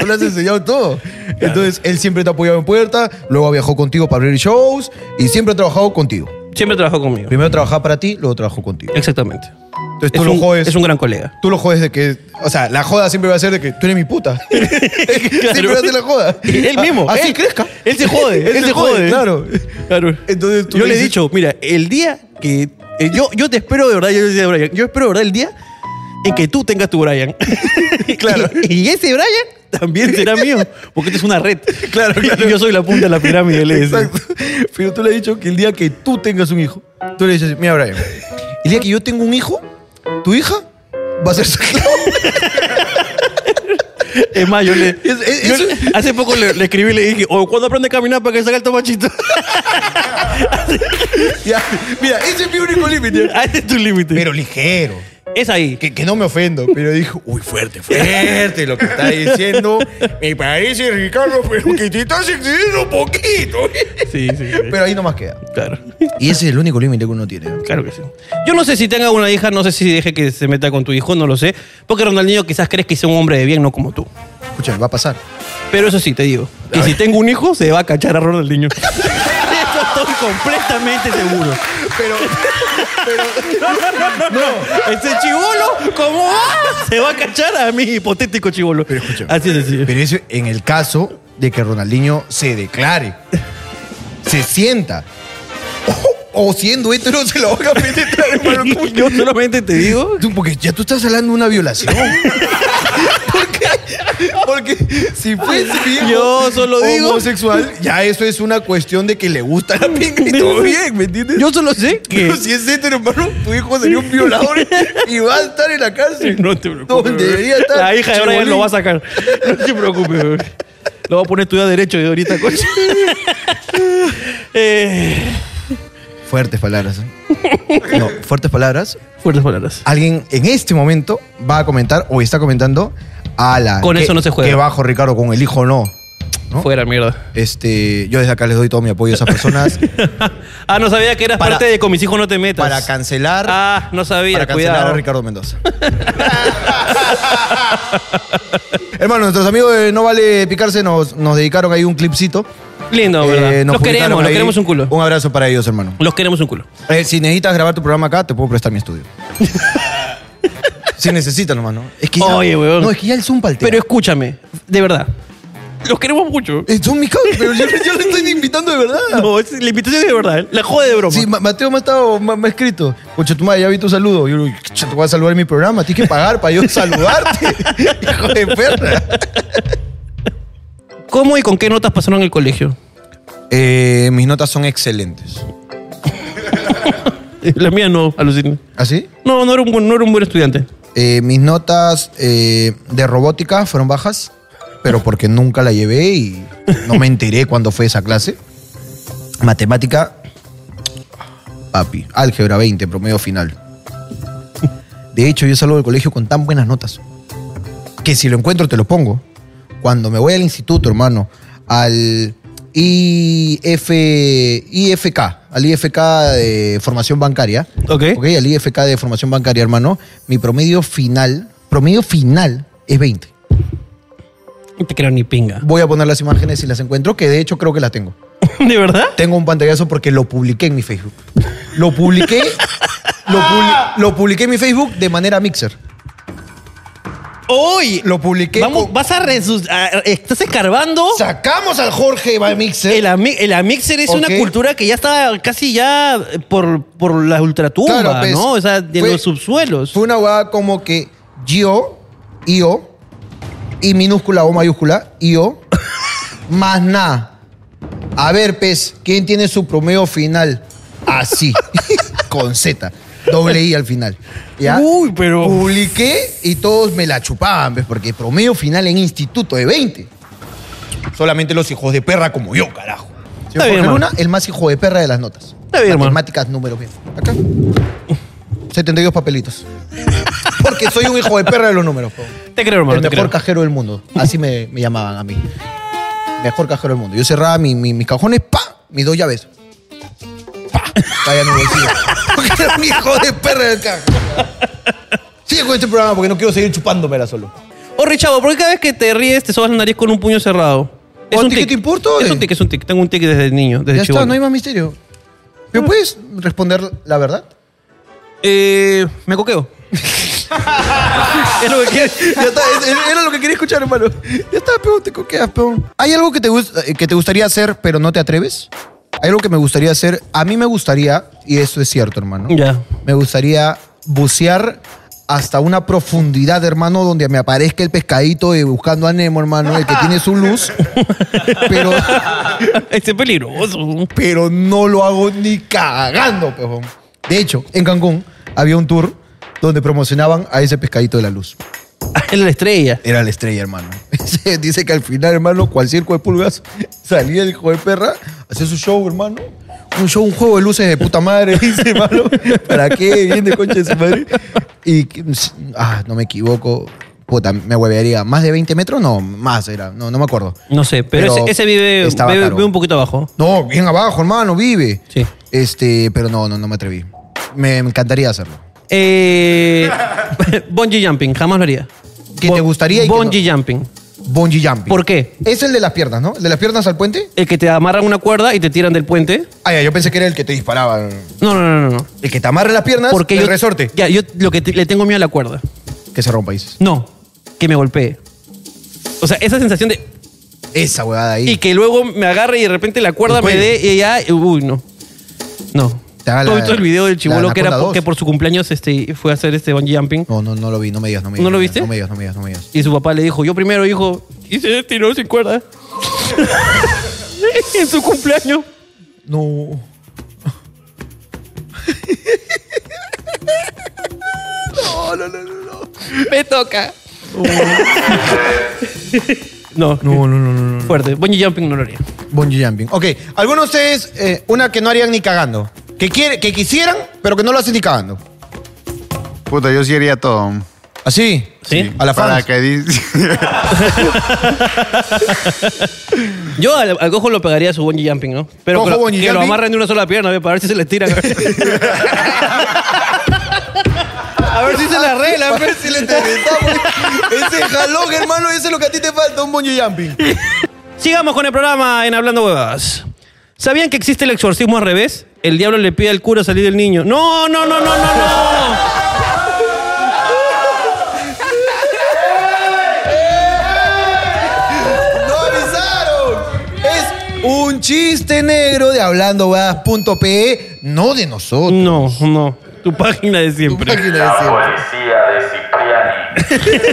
[SPEAKER 2] Tú le has enseñado todo. Entonces, él siempre te ha apoyado en Puerta, luego viajó contigo para abrir shows y siempre ha trabajado contigo.
[SPEAKER 3] Siempre trabajó conmigo.
[SPEAKER 2] Primero trabajaba para ti, luego trabajó contigo.
[SPEAKER 3] Exactamente.
[SPEAKER 2] Entonces Pues
[SPEAKER 3] Es
[SPEAKER 2] tú lo
[SPEAKER 3] un,
[SPEAKER 2] jodes.
[SPEAKER 3] es un gran colega.
[SPEAKER 2] Tú lo jodes de que. O sea, la joda siempre va a ser de que tú eres mi puta. siempre va a ser la joda. Ah,
[SPEAKER 3] Él mismo.
[SPEAKER 2] Así
[SPEAKER 3] él,
[SPEAKER 2] crezca.
[SPEAKER 3] Él se jode. Él, se jode.
[SPEAKER 2] Claro.
[SPEAKER 3] Claro.
[SPEAKER 2] Entonces tú
[SPEAKER 3] yo
[SPEAKER 2] le
[SPEAKER 3] le he
[SPEAKER 2] dices-
[SPEAKER 3] dicho, mira, el día que. eh, yo, yo te espero de verdad, yo le decía a Brian, yo espero de verdad el día en que tú tengas tu Brian.
[SPEAKER 2] Claro.
[SPEAKER 3] Y, y ese Brian también será mío, porque esto es una red. Claro, claro. yo soy la punta de la pirámide, le decía.
[SPEAKER 2] Exacto. Pero tú le has dicho que el día que tú tengas un hijo, tú le dices, mira, Brian, el día que yo tengo un hijo, tu hija va a ser su esclavo.
[SPEAKER 3] Es más, yo le.
[SPEAKER 2] Es- es-
[SPEAKER 3] yo
[SPEAKER 2] eso-
[SPEAKER 3] le- hace poco le, le escribí y le dije, o cuando aprende a caminar para que salga el tomachito.
[SPEAKER 2] Ya, Mira, ese es mi único límite.
[SPEAKER 3] Ah, ese es tu límite.
[SPEAKER 2] Pero ligero.
[SPEAKER 3] es ahí.
[SPEAKER 2] Que, que no me ofendo, pero dijo, uy, fuerte, fuerte lo que está diciendo. Me parece, Ricardo, pero que te estás excediendo un poquito.
[SPEAKER 3] Sí, sí, sí.
[SPEAKER 2] Pero ahí nomás queda.
[SPEAKER 3] Claro.
[SPEAKER 2] Y ese es el único límite que uno tiene.
[SPEAKER 3] Claro que sí. Yo no sé si tenga una hija, no sé si deje que se meta con tu hijo, no lo sé. Porque Ronaldinho quizás crees que sea un hombre de bien, no como tú.
[SPEAKER 2] Escúchame, va a pasar.
[SPEAKER 3] Pero eso sí, te digo. Que si tengo un hijo, se va a cachar a Ronaldinho. De eso estoy completamente seguro.
[SPEAKER 2] Pero,
[SPEAKER 3] No. Ese chivolo, ¿cómo va? Se va a cachar a mi hipotético chivolo.
[SPEAKER 2] Pero escúchame.
[SPEAKER 3] Así es, sí.
[SPEAKER 2] pero eso en el caso de que Ronaldinho se declare, se sienta. O, o siendo hétero se lo haga penetrar, hermano. ¿Cómo
[SPEAKER 3] Yo solamente te digo.
[SPEAKER 2] Tú, porque ya tú estás hablando de una violación. ¿Por qué? Porque si fuese viejo
[SPEAKER 3] Yo solo digo-
[SPEAKER 2] homosexual, ya eso es una cuestión de que le gusta la pinga y todo bien, ¿me entiendes?
[SPEAKER 3] Yo solo sé que.
[SPEAKER 2] Pero si es hetero, hermano, tu hijo sería un violador y va a estar en la cárcel.
[SPEAKER 3] No te preocupes.
[SPEAKER 2] Donde
[SPEAKER 3] bro.
[SPEAKER 2] debería estar.
[SPEAKER 3] La hija de Brian
[SPEAKER 2] Chibolín.
[SPEAKER 3] lo va a sacar. No te preocupes, bro. Lo va a poner a estudiar derecho de ahorita, coche. Eh,
[SPEAKER 2] Fuertes palabras. ¿eh? No, fuertes palabras.
[SPEAKER 3] fuertes palabras.
[SPEAKER 2] Alguien en este momento va a comentar o está comentando a la.
[SPEAKER 3] Con eso no se juega.
[SPEAKER 2] Qué bajo, Ricardo, con el hijo no. ¿no?
[SPEAKER 3] Fuera, mierda.
[SPEAKER 2] Este, yo desde acá les doy todo mi apoyo a esas personas
[SPEAKER 3] ah, no sabía que eras
[SPEAKER 2] Para-
[SPEAKER 3] parte de Con mis hijos no te metas.
[SPEAKER 2] para cancelar,
[SPEAKER 3] Ah, no sabía.
[SPEAKER 2] para cancelar
[SPEAKER 3] cuidado.
[SPEAKER 2] a Ricardo Mendoza. Hermano, nuestros amigos de No Vale Picarse nos, nos dedicaron ahí un clipcito.
[SPEAKER 3] Lindo, ¿verdad?
[SPEAKER 2] Eh, nos
[SPEAKER 3] los queremos,
[SPEAKER 2] publicaron
[SPEAKER 3] los
[SPEAKER 2] ahí.
[SPEAKER 3] queremos un culo.
[SPEAKER 2] Un abrazo para ellos, hermano.
[SPEAKER 3] Los queremos un culo.
[SPEAKER 2] Eh, si necesitas grabar tu programa acá, te puedo prestar mi estudio. si necesitas, hermano. Es que ya,
[SPEAKER 3] Oye, weón.
[SPEAKER 2] No, es que ya el Zoom paltea.
[SPEAKER 3] Pero escúchame, de verdad. Los queremos mucho.
[SPEAKER 2] el Zoom, mi cabrón, pero yo, yo le estoy invitando de verdad.
[SPEAKER 3] No, es- la invitación es de verdad. ¿eh? La jode de broma.
[SPEAKER 2] Sí, Ma- Mateo me ha estado, me me ha escrito, Concha tu madre, ya vi tu saludo. Yo le digo, "Concha, te voy a saludar en mi programa, tienes que pagar para yo saludarte. Hijo de perra.
[SPEAKER 3] ¿Cómo y con qué notas pasaron en el colegio?
[SPEAKER 2] Eh, mis notas son excelentes.
[SPEAKER 3] La mía no, aluciné.
[SPEAKER 2] ¿Así?
[SPEAKER 3] No, no era un buen, no era un buen estudiante.
[SPEAKER 2] Eh, mis notas eh, de robótica fueron bajas, pero porque nunca la llevé y no me enteré cuando fue esa clase. Matemática, papi, álgebra 20, promedio final. De hecho, yo salgo del colegio con tan buenas notas que si lo encuentro te lo pongo. Cuando me voy al instituto, hermano, al IF, IFK, al IFK de formación bancaria,
[SPEAKER 3] Ok.
[SPEAKER 2] ok, al IFK de formación bancaria, hermano, mi promedio final, promedio final es 20.
[SPEAKER 3] No te creo ni pinga.
[SPEAKER 2] Voy a poner las imágenes si las encuentro, que de hecho creo que las tengo.
[SPEAKER 3] ¿De verdad?
[SPEAKER 2] Tengo un pantallazo porque lo publiqué en mi Facebook. Lo publiqué. lo, publi- lo publiqué en mi Facebook de manera mixer.
[SPEAKER 3] Hoy.
[SPEAKER 2] Lo publiqué.
[SPEAKER 3] Vamos,
[SPEAKER 2] con-
[SPEAKER 3] vas a, resu- a- Estás escarbando.
[SPEAKER 2] Sacamos al Jorge va Mixer.
[SPEAKER 3] El, ami- el amixer es
[SPEAKER 2] Ok.
[SPEAKER 3] una cultura que ya está casi ya eh, por, por la ultratumba,
[SPEAKER 2] Claro, pues,
[SPEAKER 3] ¿no? O sea, de
[SPEAKER 2] fue-
[SPEAKER 3] los subsuelos.
[SPEAKER 2] Fue una hueá como que yo, yo, y minúscula o mayúscula, yo, más nada. A ver, pez, ¿quién tiene su promedio final? Así, con Z, doble I al final. ¿ya?
[SPEAKER 3] Uy, pero-
[SPEAKER 2] Publiqué y todos me la chupaban, pues, porque promedio final en instituto de 20. Solamente los hijos de perra como yo, carajo. Señor
[SPEAKER 3] Está bien,
[SPEAKER 2] Jorge
[SPEAKER 3] hermano.
[SPEAKER 2] Luna, el más hijo de perra de las notas.
[SPEAKER 3] Está bien, hermano.
[SPEAKER 2] Matemáticas, números, bien. Acá. 72 papelitos. Porque soy un hijo de perra de los números, po.
[SPEAKER 3] Te creo, hermano.
[SPEAKER 2] El
[SPEAKER 3] te
[SPEAKER 2] mejor
[SPEAKER 3] creo.
[SPEAKER 2] cajero del mundo. Así me, me llamaban a mí. Mejor cajero del mundo. Yo cerraba mi- mi- mis cajones, ¡pa! Mis dos llaves. ¡Pa! Caía en mi bolsillo. Porque era un hijo de perra del cajero. Sigue con este programa porque no quiero seguir chupándomela solo.
[SPEAKER 3] Oye, chavo, ¿por qué cada vez que te ríes te sobas la nariz con un puño cerrado?
[SPEAKER 2] Oh, ¿a ti qué te importa,
[SPEAKER 3] Es
[SPEAKER 2] eh?
[SPEAKER 3] un tic, es un tic. Tengo un tic desde niño, desde
[SPEAKER 2] ya
[SPEAKER 3] chibolo.
[SPEAKER 2] está, no hay más misterio. ¿Pero puedes responder la verdad?
[SPEAKER 3] Eh, me coqueo. es lo que quieres.
[SPEAKER 2] Ya está, es- es- era lo que quería escuchar, hermano. Ya está, peón, te coqueas, peón. ¿Hay algo que te, gusta- que te gustaría hacer, pero no te atreves? Hay algo que me gustaría hacer. A mí me gustaría, y eso es cierto, hermano.
[SPEAKER 3] Ya.
[SPEAKER 2] Me gustaría bucear hasta una profundidad, hermano, donde me aparezca el pescadito de buscando a Nemo, hermano, el que tiene su luz. Pero,
[SPEAKER 3] Este es peligroso.
[SPEAKER 2] pero no lo hago ni cagando, peón. De hecho, en Cancún había un tour donde promocionaban a ese pescadito de la luz.
[SPEAKER 3] Es la estrella.
[SPEAKER 2] Era la estrella, hermano. Dice que al final, hermano, cual circo de pulgas, salía el hijo de perra, hacía su show, hermano. Un show, un juego de luces de puta madre, dice, hermano. ¿Para qué? Bien de concha de su madre. Y, que- ah, no me equivoco. Puta, me huevearía. ¿Más de 20 metros? No, más era. No, no me acuerdo.
[SPEAKER 3] No sé, pero,
[SPEAKER 2] Pero
[SPEAKER 3] ese, ese vive,
[SPEAKER 2] estaba
[SPEAKER 3] vive-
[SPEAKER 2] caro.
[SPEAKER 3] vive un poquito abajo.
[SPEAKER 2] No, bien abajo, hermano, vive.
[SPEAKER 3] Sí.
[SPEAKER 2] Este, pero no, no, no me atreví. Me, me encantaría hacerlo.
[SPEAKER 3] Eh, bungee jumping, jamás lo haría.
[SPEAKER 2] ¿Qué te gustaría y qué no?
[SPEAKER 3] Bungee jumping.
[SPEAKER 2] Bungee jumping.
[SPEAKER 3] ¿Por qué?
[SPEAKER 2] Es el de las piernas, ¿no? ¿El de las piernas al puente?
[SPEAKER 3] El que te amarran una cuerda y te tiran del puente.
[SPEAKER 2] Ah, ya, yo pensé que era el que te disparaba.
[SPEAKER 3] No, no, no, no. no.
[SPEAKER 2] El que te amarre las piernas,
[SPEAKER 3] Porque
[SPEAKER 2] el
[SPEAKER 3] yo,
[SPEAKER 2] resorte.
[SPEAKER 3] Ya, yo lo que te- le tengo miedo a la cuerda.
[SPEAKER 2] Que se rompa, dices.
[SPEAKER 3] No, que me golpee. O sea, esa sensación de.
[SPEAKER 2] Esa huevada ahí.
[SPEAKER 3] Y que luego me agarre y de repente la cuerda
[SPEAKER 2] El
[SPEAKER 3] me
[SPEAKER 2] cuello.
[SPEAKER 3] dé y ya. Uy, no. No.
[SPEAKER 2] Te haga
[SPEAKER 3] Todo
[SPEAKER 2] la-
[SPEAKER 3] esto el video del
[SPEAKER 2] la
[SPEAKER 3] chibolo que era
[SPEAKER 2] Anaconda
[SPEAKER 3] po- que
[SPEAKER 2] 2.
[SPEAKER 3] por su cumpleaños este, fue a hacer este bungee jumping.
[SPEAKER 2] No, no, no lo vi, no me digas, no me digas.
[SPEAKER 3] ¿No lo
[SPEAKER 2] me
[SPEAKER 3] viste?
[SPEAKER 2] digas, No me digas, no me digas, no me digas.
[SPEAKER 3] Y su papá le dijo, yo primero, hijo. Y se tiró sin cuerda. en su cumpleaños.
[SPEAKER 2] No.
[SPEAKER 3] Me toca. no,
[SPEAKER 2] No, no, no, no.
[SPEAKER 3] fuerte. Bungee jumping no lo haría.
[SPEAKER 2] Bungee jumping. Ok, algunos de ustedes, eh, una que no harían ni cagando. Que, quiere, que quisieran, pero que no lo hacen ni cagando.
[SPEAKER 6] Puta, yo sí haría todo.
[SPEAKER 2] ¿Así?
[SPEAKER 3] ¿Sí?
[SPEAKER 2] A la fama.
[SPEAKER 6] Para que di-
[SPEAKER 3] Yo al, al cojo lo pegaría a su bungee jumping, ¿no? Pero
[SPEAKER 2] Cojo
[SPEAKER 3] que, lo-
[SPEAKER 2] bungee
[SPEAKER 3] que lo
[SPEAKER 2] jumping.
[SPEAKER 3] amarren de una sola pierna, ve, para ver si se le tiran. a ver si se le arregla. ve.
[SPEAKER 2] si le entrevistamos. Ese jalón, hermano, ese es lo que a ti te falta, un bungee jumping.
[SPEAKER 3] Sigamos con el programa en Hablando Huevas. ¿Sabían que existe el exorcismo al revés? El diablo le pide al cura salir del niño. ¡No, no, no, no, no, no!
[SPEAKER 2] ¡No avisaron! Es un chiste negro de hablando huevadas.pe, no de nosotros.
[SPEAKER 3] No, no. Tu página de siempre.
[SPEAKER 2] Página
[SPEAKER 5] La
[SPEAKER 2] de siempre.
[SPEAKER 5] policía de Cipriani.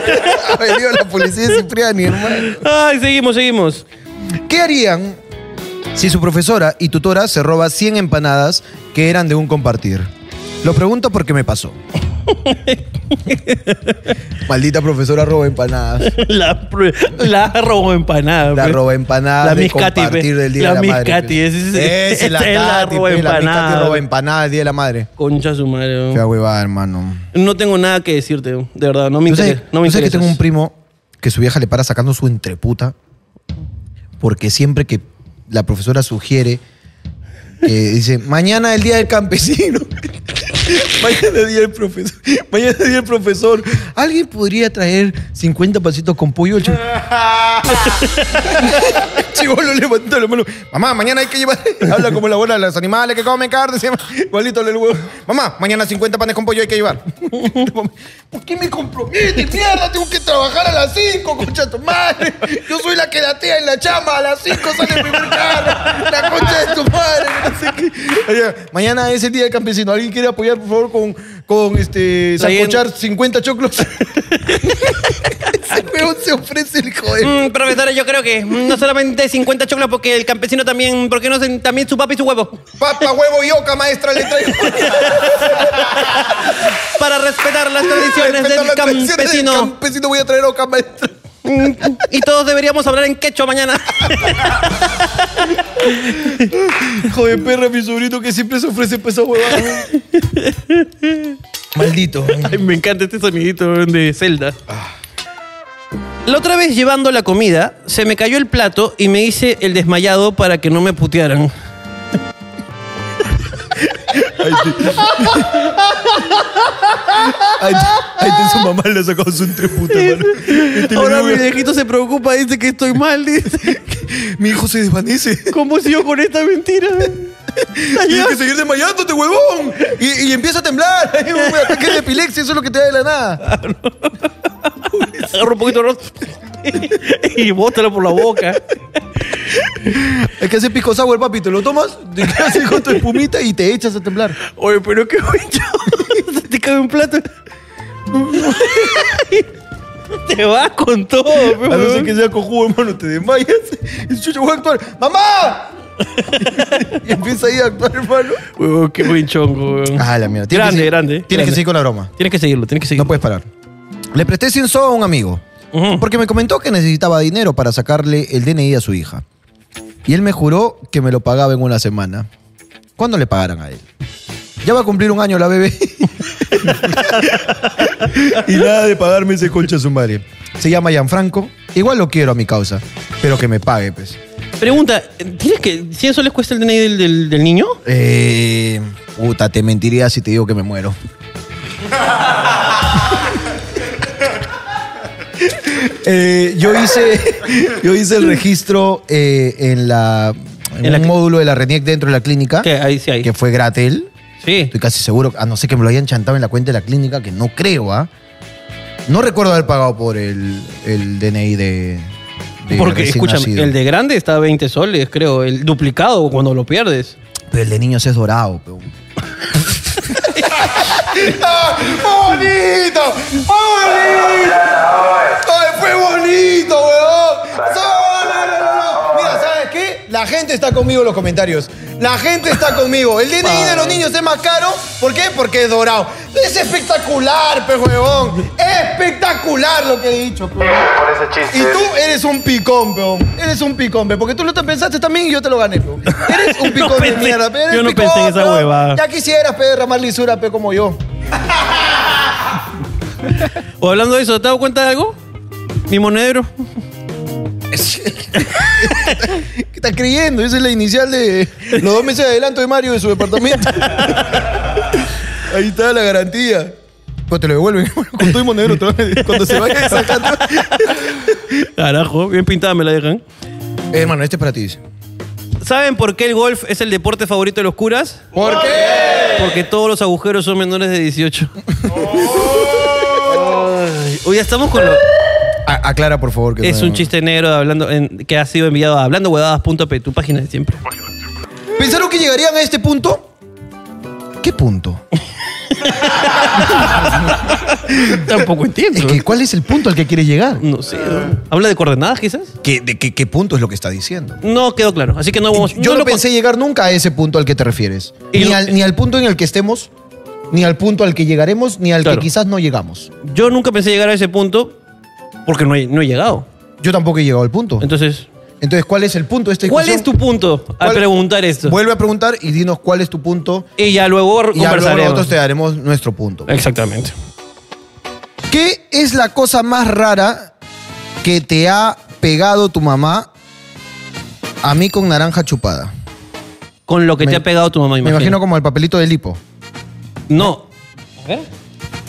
[SPEAKER 2] Ha venido la policía de Cipriani, hermano.
[SPEAKER 3] Ay, seguimos, seguimos.
[SPEAKER 2] ¿Qué harían si su profesora y tutora se roba 100 empanadas que eran de un compartir? Lo pregunto porque me pasó. Maldita profesora roba empanadas.
[SPEAKER 3] La, pr- la robo empanada.
[SPEAKER 2] La
[SPEAKER 3] pe.
[SPEAKER 2] roba empanadas
[SPEAKER 3] La
[SPEAKER 2] de
[SPEAKER 3] Miss Katy,
[SPEAKER 2] compartir
[SPEAKER 3] pe.
[SPEAKER 2] del Día
[SPEAKER 3] La
[SPEAKER 2] de
[SPEAKER 3] Miss
[SPEAKER 2] la Madre.
[SPEAKER 3] Katy,
[SPEAKER 2] pe.
[SPEAKER 3] esa es-
[SPEAKER 2] Esa es la,
[SPEAKER 3] esa es la
[SPEAKER 2] Katy,
[SPEAKER 3] roba
[SPEAKER 2] pe, la Miss Katy
[SPEAKER 3] empanada.
[SPEAKER 2] roba em-. empanadas del Día de la Madre.
[SPEAKER 3] Concha su madre.
[SPEAKER 2] Qué huevada, hermano.
[SPEAKER 3] No tengo nada que decirte, de verdad. No me
[SPEAKER 2] Yo sé,
[SPEAKER 3] interesa. No me
[SPEAKER 2] yo sé que
[SPEAKER 3] interesas.
[SPEAKER 2] tengo un primo que su vieja le para sacando su entreputa porque siempre que la profesora sugiere que dice mañana el día del campesino
[SPEAKER 1] Mañana día el profesor. Mañana día el profesor. ¿Alguien podría traer 50 pasitos con pollo? El chico- el chivolo levantó la mano.
[SPEAKER 2] Mamá, mañana hay que llevar. Habla como la abuela de los animales que comen carne. se llama- Igualito le el huevo. Mamá, mañana 50 panes con pollo hay que llevar. ¿Por qué me compromete? Mierda, tengo que trabajar a las 5, concha de tu madre. Yo soy la que datea en la chamba. A las 5 sale mi primer carro. La concha de tu madre. no sé qué. Oye, Mañana es el día del campesino. ¿Alguien quiere apoyar, por favor, con, con este.
[SPEAKER 3] Trayendo-
[SPEAKER 2] sacochar 50 choclos? Ese peón se ofrece el joder.
[SPEAKER 3] Mm, profesora, yo creo que mm, no solamente 50 choclos, porque el campesino también, ¿por qué no se- también su papa y su huevo?
[SPEAKER 2] Papa, huevo y oca, maestra, le traigo.
[SPEAKER 3] Para respetar las tradiciones
[SPEAKER 2] Respetar
[SPEAKER 3] del
[SPEAKER 2] las tradiciones del
[SPEAKER 3] campesino.
[SPEAKER 2] campesino, voy a traer oca, maestra.
[SPEAKER 3] Mm, y todos deberíamos hablar en quechua mañana.
[SPEAKER 1] Joder, perra, mi sobrino que siempre se ofrece
[SPEAKER 2] pues
[SPEAKER 1] para esa huevada. Maldito.
[SPEAKER 3] Ay, me encanta este sonidito de Zelda. La otra vez llevando la comida, se me cayó el plato y me hice el desmayado para que no me putearan.
[SPEAKER 1] Ahí está su mamá le ha sacado su tres putas, mano. Este le
[SPEAKER 3] Ahora mi
[SPEAKER 1] digo,
[SPEAKER 3] viejito se preocupa, dice que estoy mal, dice.
[SPEAKER 1] mi hijo se desvanece.
[SPEAKER 3] ¿Cómo sigo con esta mentira?
[SPEAKER 2] Tienes que seguir desmayándote, huevón. Y, y empieza a temblar. Hay un ataque de epilepsia, eso es lo que te da de la nada.
[SPEAKER 3] Agarro un poquito de arroz y bótalo por la boca.
[SPEAKER 2] Es que hace pisco sour, papi. Te lo tomas, te quedas ahí con tu espumita y te echas a temblar.
[SPEAKER 3] Oye, pero qué buen chavo. Se te cae un plato. te vas con todo,
[SPEAKER 2] A no ser
[SPEAKER 3] weón.
[SPEAKER 2] que sea cojudo, hermano, te desmayas. Y chucho, voy a actuar. ¡Mamá! y empieza ahí a actuar, hermano.
[SPEAKER 3] Weón, qué buen chongo, weón.
[SPEAKER 2] Ah, la mierda.
[SPEAKER 3] Grande, grande, grande.
[SPEAKER 2] con la broma.
[SPEAKER 3] Tienes que seguirlo, tienes que
[SPEAKER 2] No
[SPEAKER 3] seguirlo.
[SPEAKER 2] puedes parar. Le presté 100 soles a un amigo.
[SPEAKER 3] Ujú.
[SPEAKER 2] Porque me comentó que necesitaba dinero para sacarle el DNI a su hija. Y él me juró que me lo pagaba en una semana. ¿Cuándo le pagaran a él? Ya va a cumplir un año la bebé. y nada de pagarme ese concha a su madre. Se llama Gianfranco. Igual lo quiero a mi causa. Pero que me pague, pues.
[SPEAKER 3] Pregunta, ¿tienes que 100 soles cuesta el DNI del, del- del niño?
[SPEAKER 2] Eh, puta, te mentiría si te digo que me muero. Eh, yo hice yo hice el registro eh, en la en,
[SPEAKER 3] En la
[SPEAKER 2] un
[SPEAKER 3] cli-
[SPEAKER 2] módulo de la RENIEC dentro de la clínica
[SPEAKER 3] Que ahí sí hay.
[SPEAKER 2] ¿Ah? que fue Gratel
[SPEAKER 3] Sí.
[SPEAKER 2] estoy casi seguro a no ser que me lo hayan chantado en la cuenta de la clínica que no creo ah no recuerdo haber pagado por el, el DNI de, de
[SPEAKER 3] Porque,
[SPEAKER 2] recién
[SPEAKER 3] escúchame,
[SPEAKER 2] nacido.
[SPEAKER 3] el de grande está a 20 soles, creo. El duplicado cuando lo pierdes.
[SPEAKER 2] Pero el de niños es dorado, peón. ¡Bonito! ¡Bonito! ¡Ay, fue bonito, weón! No, no, no, no, no. Mira, ¿sabes qué? La gente está conmigo en los comentarios. La gente está conmigo. El DNI de los niños es más caro. ¿Por qué? Porque es dorado. Es espectacular, pe huevón. Espectacular lo que he dicho, pe.
[SPEAKER 5] Por ese chiste.
[SPEAKER 2] Y tú eres un picón, peón. Eres un picón, peón. Porque tú lo te pensaste también y yo te lo gané, peón. Eres un picón de
[SPEAKER 3] pensé-
[SPEAKER 2] mierda, peón. Eres
[SPEAKER 3] yo no
[SPEAKER 2] picón,
[SPEAKER 3] pensé en esa
[SPEAKER 2] peón.
[SPEAKER 3] huevada.
[SPEAKER 2] Ya quisieras, peón, derramar lisura, peón, como yo.
[SPEAKER 3] O hablando de eso, ¿te has dado cuenta de algo? Mi monedero.
[SPEAKER 2] ¿Qué estás creyendo? Esa es la inicial de los dos meses de adelanto de Mario de su departamento. Ahí está la garantía. Pues te lo devuelven. Con todo y monedero, te lo van a- cuando se vaya sacando.
[SPEAKER 3] Carajo, bien pintada me la dejan.
[SPEAKER 2] Eh, hermano, este es para ti. dice.
[SPEAKER 3] ¿Saben por qué el golf es el deporte favorito de los curas?
[SPEAKER 2] ¿Por qué?
[SPEAKER 3] Porque todos los agujeros son menores de 18. Ay, Hoy ya estamos con lo...
[SPEAKER 2] A- aclara, por favor. Que
[SPEAKER 3] Es
[SPEAKER 2] no-
[SPEAKER 3] un chiste negro de hablando, en- que ha sido enviado a hablandohuevadas.p, tu página de siempre.
[SPEAKER 2] ¿Pensaron que llegarían a este punto? ¿Qué punto?
[SPEAKER 3] Tampoco entiendo.
[SPEAKER 2] Es que, ¿cuál es el punto al que quiere llegar?
[SPEAKER 3] No sé. ¿no? ¿Habla de coordenadas quizás?
[SPEAKER 2] ¿Qué, ¿De qué, qué punto es lo que está diciendo?
[SPEAKER 3] No quedó claro. Así que no vamos...
[SPEAKER 2] Yo no,
[SPEAKER 3] lo
[SPEAKER 2] pensé llegar nunca a ese punto al que te refieres.
[SPEAKER 3] Y
[SPEAKER 2] Ni,
[SPEAKER 3] lo-
[SPEAKER 2] al, ni al punto en el que estemos, ni al punto al que llegaremos, ni al
[SPEAKER 3] Claro.
[SPEAKER 2] que quizás no llegamos.
[SPEAKER 3] con- Yo nunca pensé llegar a ese punto porque no he, no he llegado.
[SPEAKER 2] Yo tampoco he llegado al punto.
[SPEAKER 3] Entonces,
[SPEAKER 2] Entonces, ¿cuál es el punto de esta
[SPEAKER 3] ¿cuál es
[SPEAKER 2] discusión?
[SPEAKER 3] tu punto al
[SPEAKER 2] ¿Cuál-
[SPEAKER 3] preguntar esto?
[SPEAKER 2] Vuelve a preguntar y dinos cuál es tu punto.
[SPEAKER 3] y ya luego
[SPEAKER 2] Y ya luego
[SPEAKER 3] conversaremos.
[SPEAKER 2] nosotros te daremos nuestro punto.
[SPEAKER 3] Exactamente.
[SPEAKER 2] ¿Qué es la cosa más rara que te ha pegado tu mamá a mí con naranja chupada?
[SPEAKER 3] Con lo que
[SPEAKER 2] Me-
[SPEAKER 3] te ha pegado tu mamá,
[SPEAKER 2] Me imagino como el papelito de lipo.
[SPEAKER 3] No.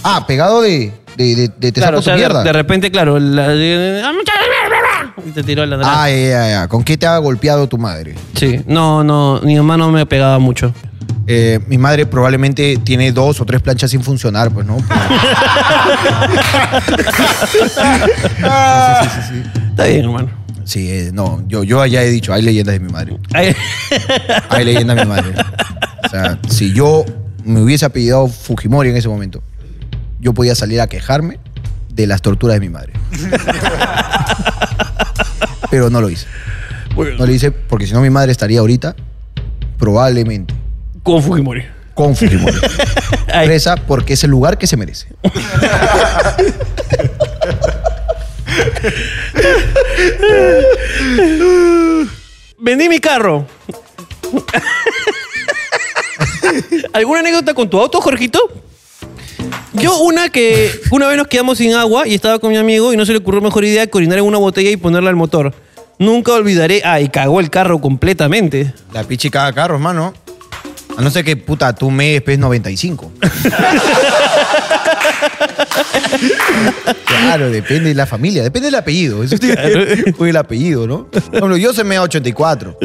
[SPEAKER 2] Ah, pegado de. de, de, de te saco
[SPEAKER 3] Claro, o sea,
[SPEAKER 2] tu
[SPEAKER 3] de,
[SPEAKER 2] mierda.
[SPEAKER 3] de repente, claro. la- "Ah, y te tiró la naranja.
[SPEAKER 2] ah, ya, ya, ya. ¿Con qué te ha golpeado tu madre?
[SPEAKER 3] Sí. No, no. Mi mamá no me pegaba mucho.
[SPEAKER 2] Eh, mi madre probablemente tiene dos o tres planchas sin funcionar, pues, ¿no? sí, sí, sí, sí.
[SPEAKER 3] Está bien, hermano.
[SPEAKER 2] Sí, eh, no, yo, yo ya he dicho, hay leyendas de mi madre.
[SPEAKER 3] Ay,
[SPEAKER 2] Hay leyendas de mi madre. O sea, si yo me hubiese apellidado Fujimori en ese momento, yo podía salir a quejarme de las torturas de mi madre. Pero no lo hice. No lo hice porque si no mi madre estaría ahorita, probablemente,
[SPEAKER 3] Con Fujimori.
[SPEAKER 2] con Fujimori.
[SPEAKER 3] Ay.
[SPEAKER 2] Presa porque es el lugar que se merece.
[SPEAKER 3] Vendí mi carro. ¿Alguna anécdota con tu auto, Jorgito? Yo una que una vez nos quedamos sin agua y estaba con mi amigo y no se le ocurrió mejor idea que orinar en una botella y ponerla al motor. Nunca olvidaré. Ah, y cagó el carro completamente.
[SPEAKER 2] La pichi cada carro, hermano. A no ser que, puta, tú me despes 95. claro, depende de la familia, depende del apellido. Eso tiene que ver con el apellido, ¿no? Por ejemplo, yo se me da 84.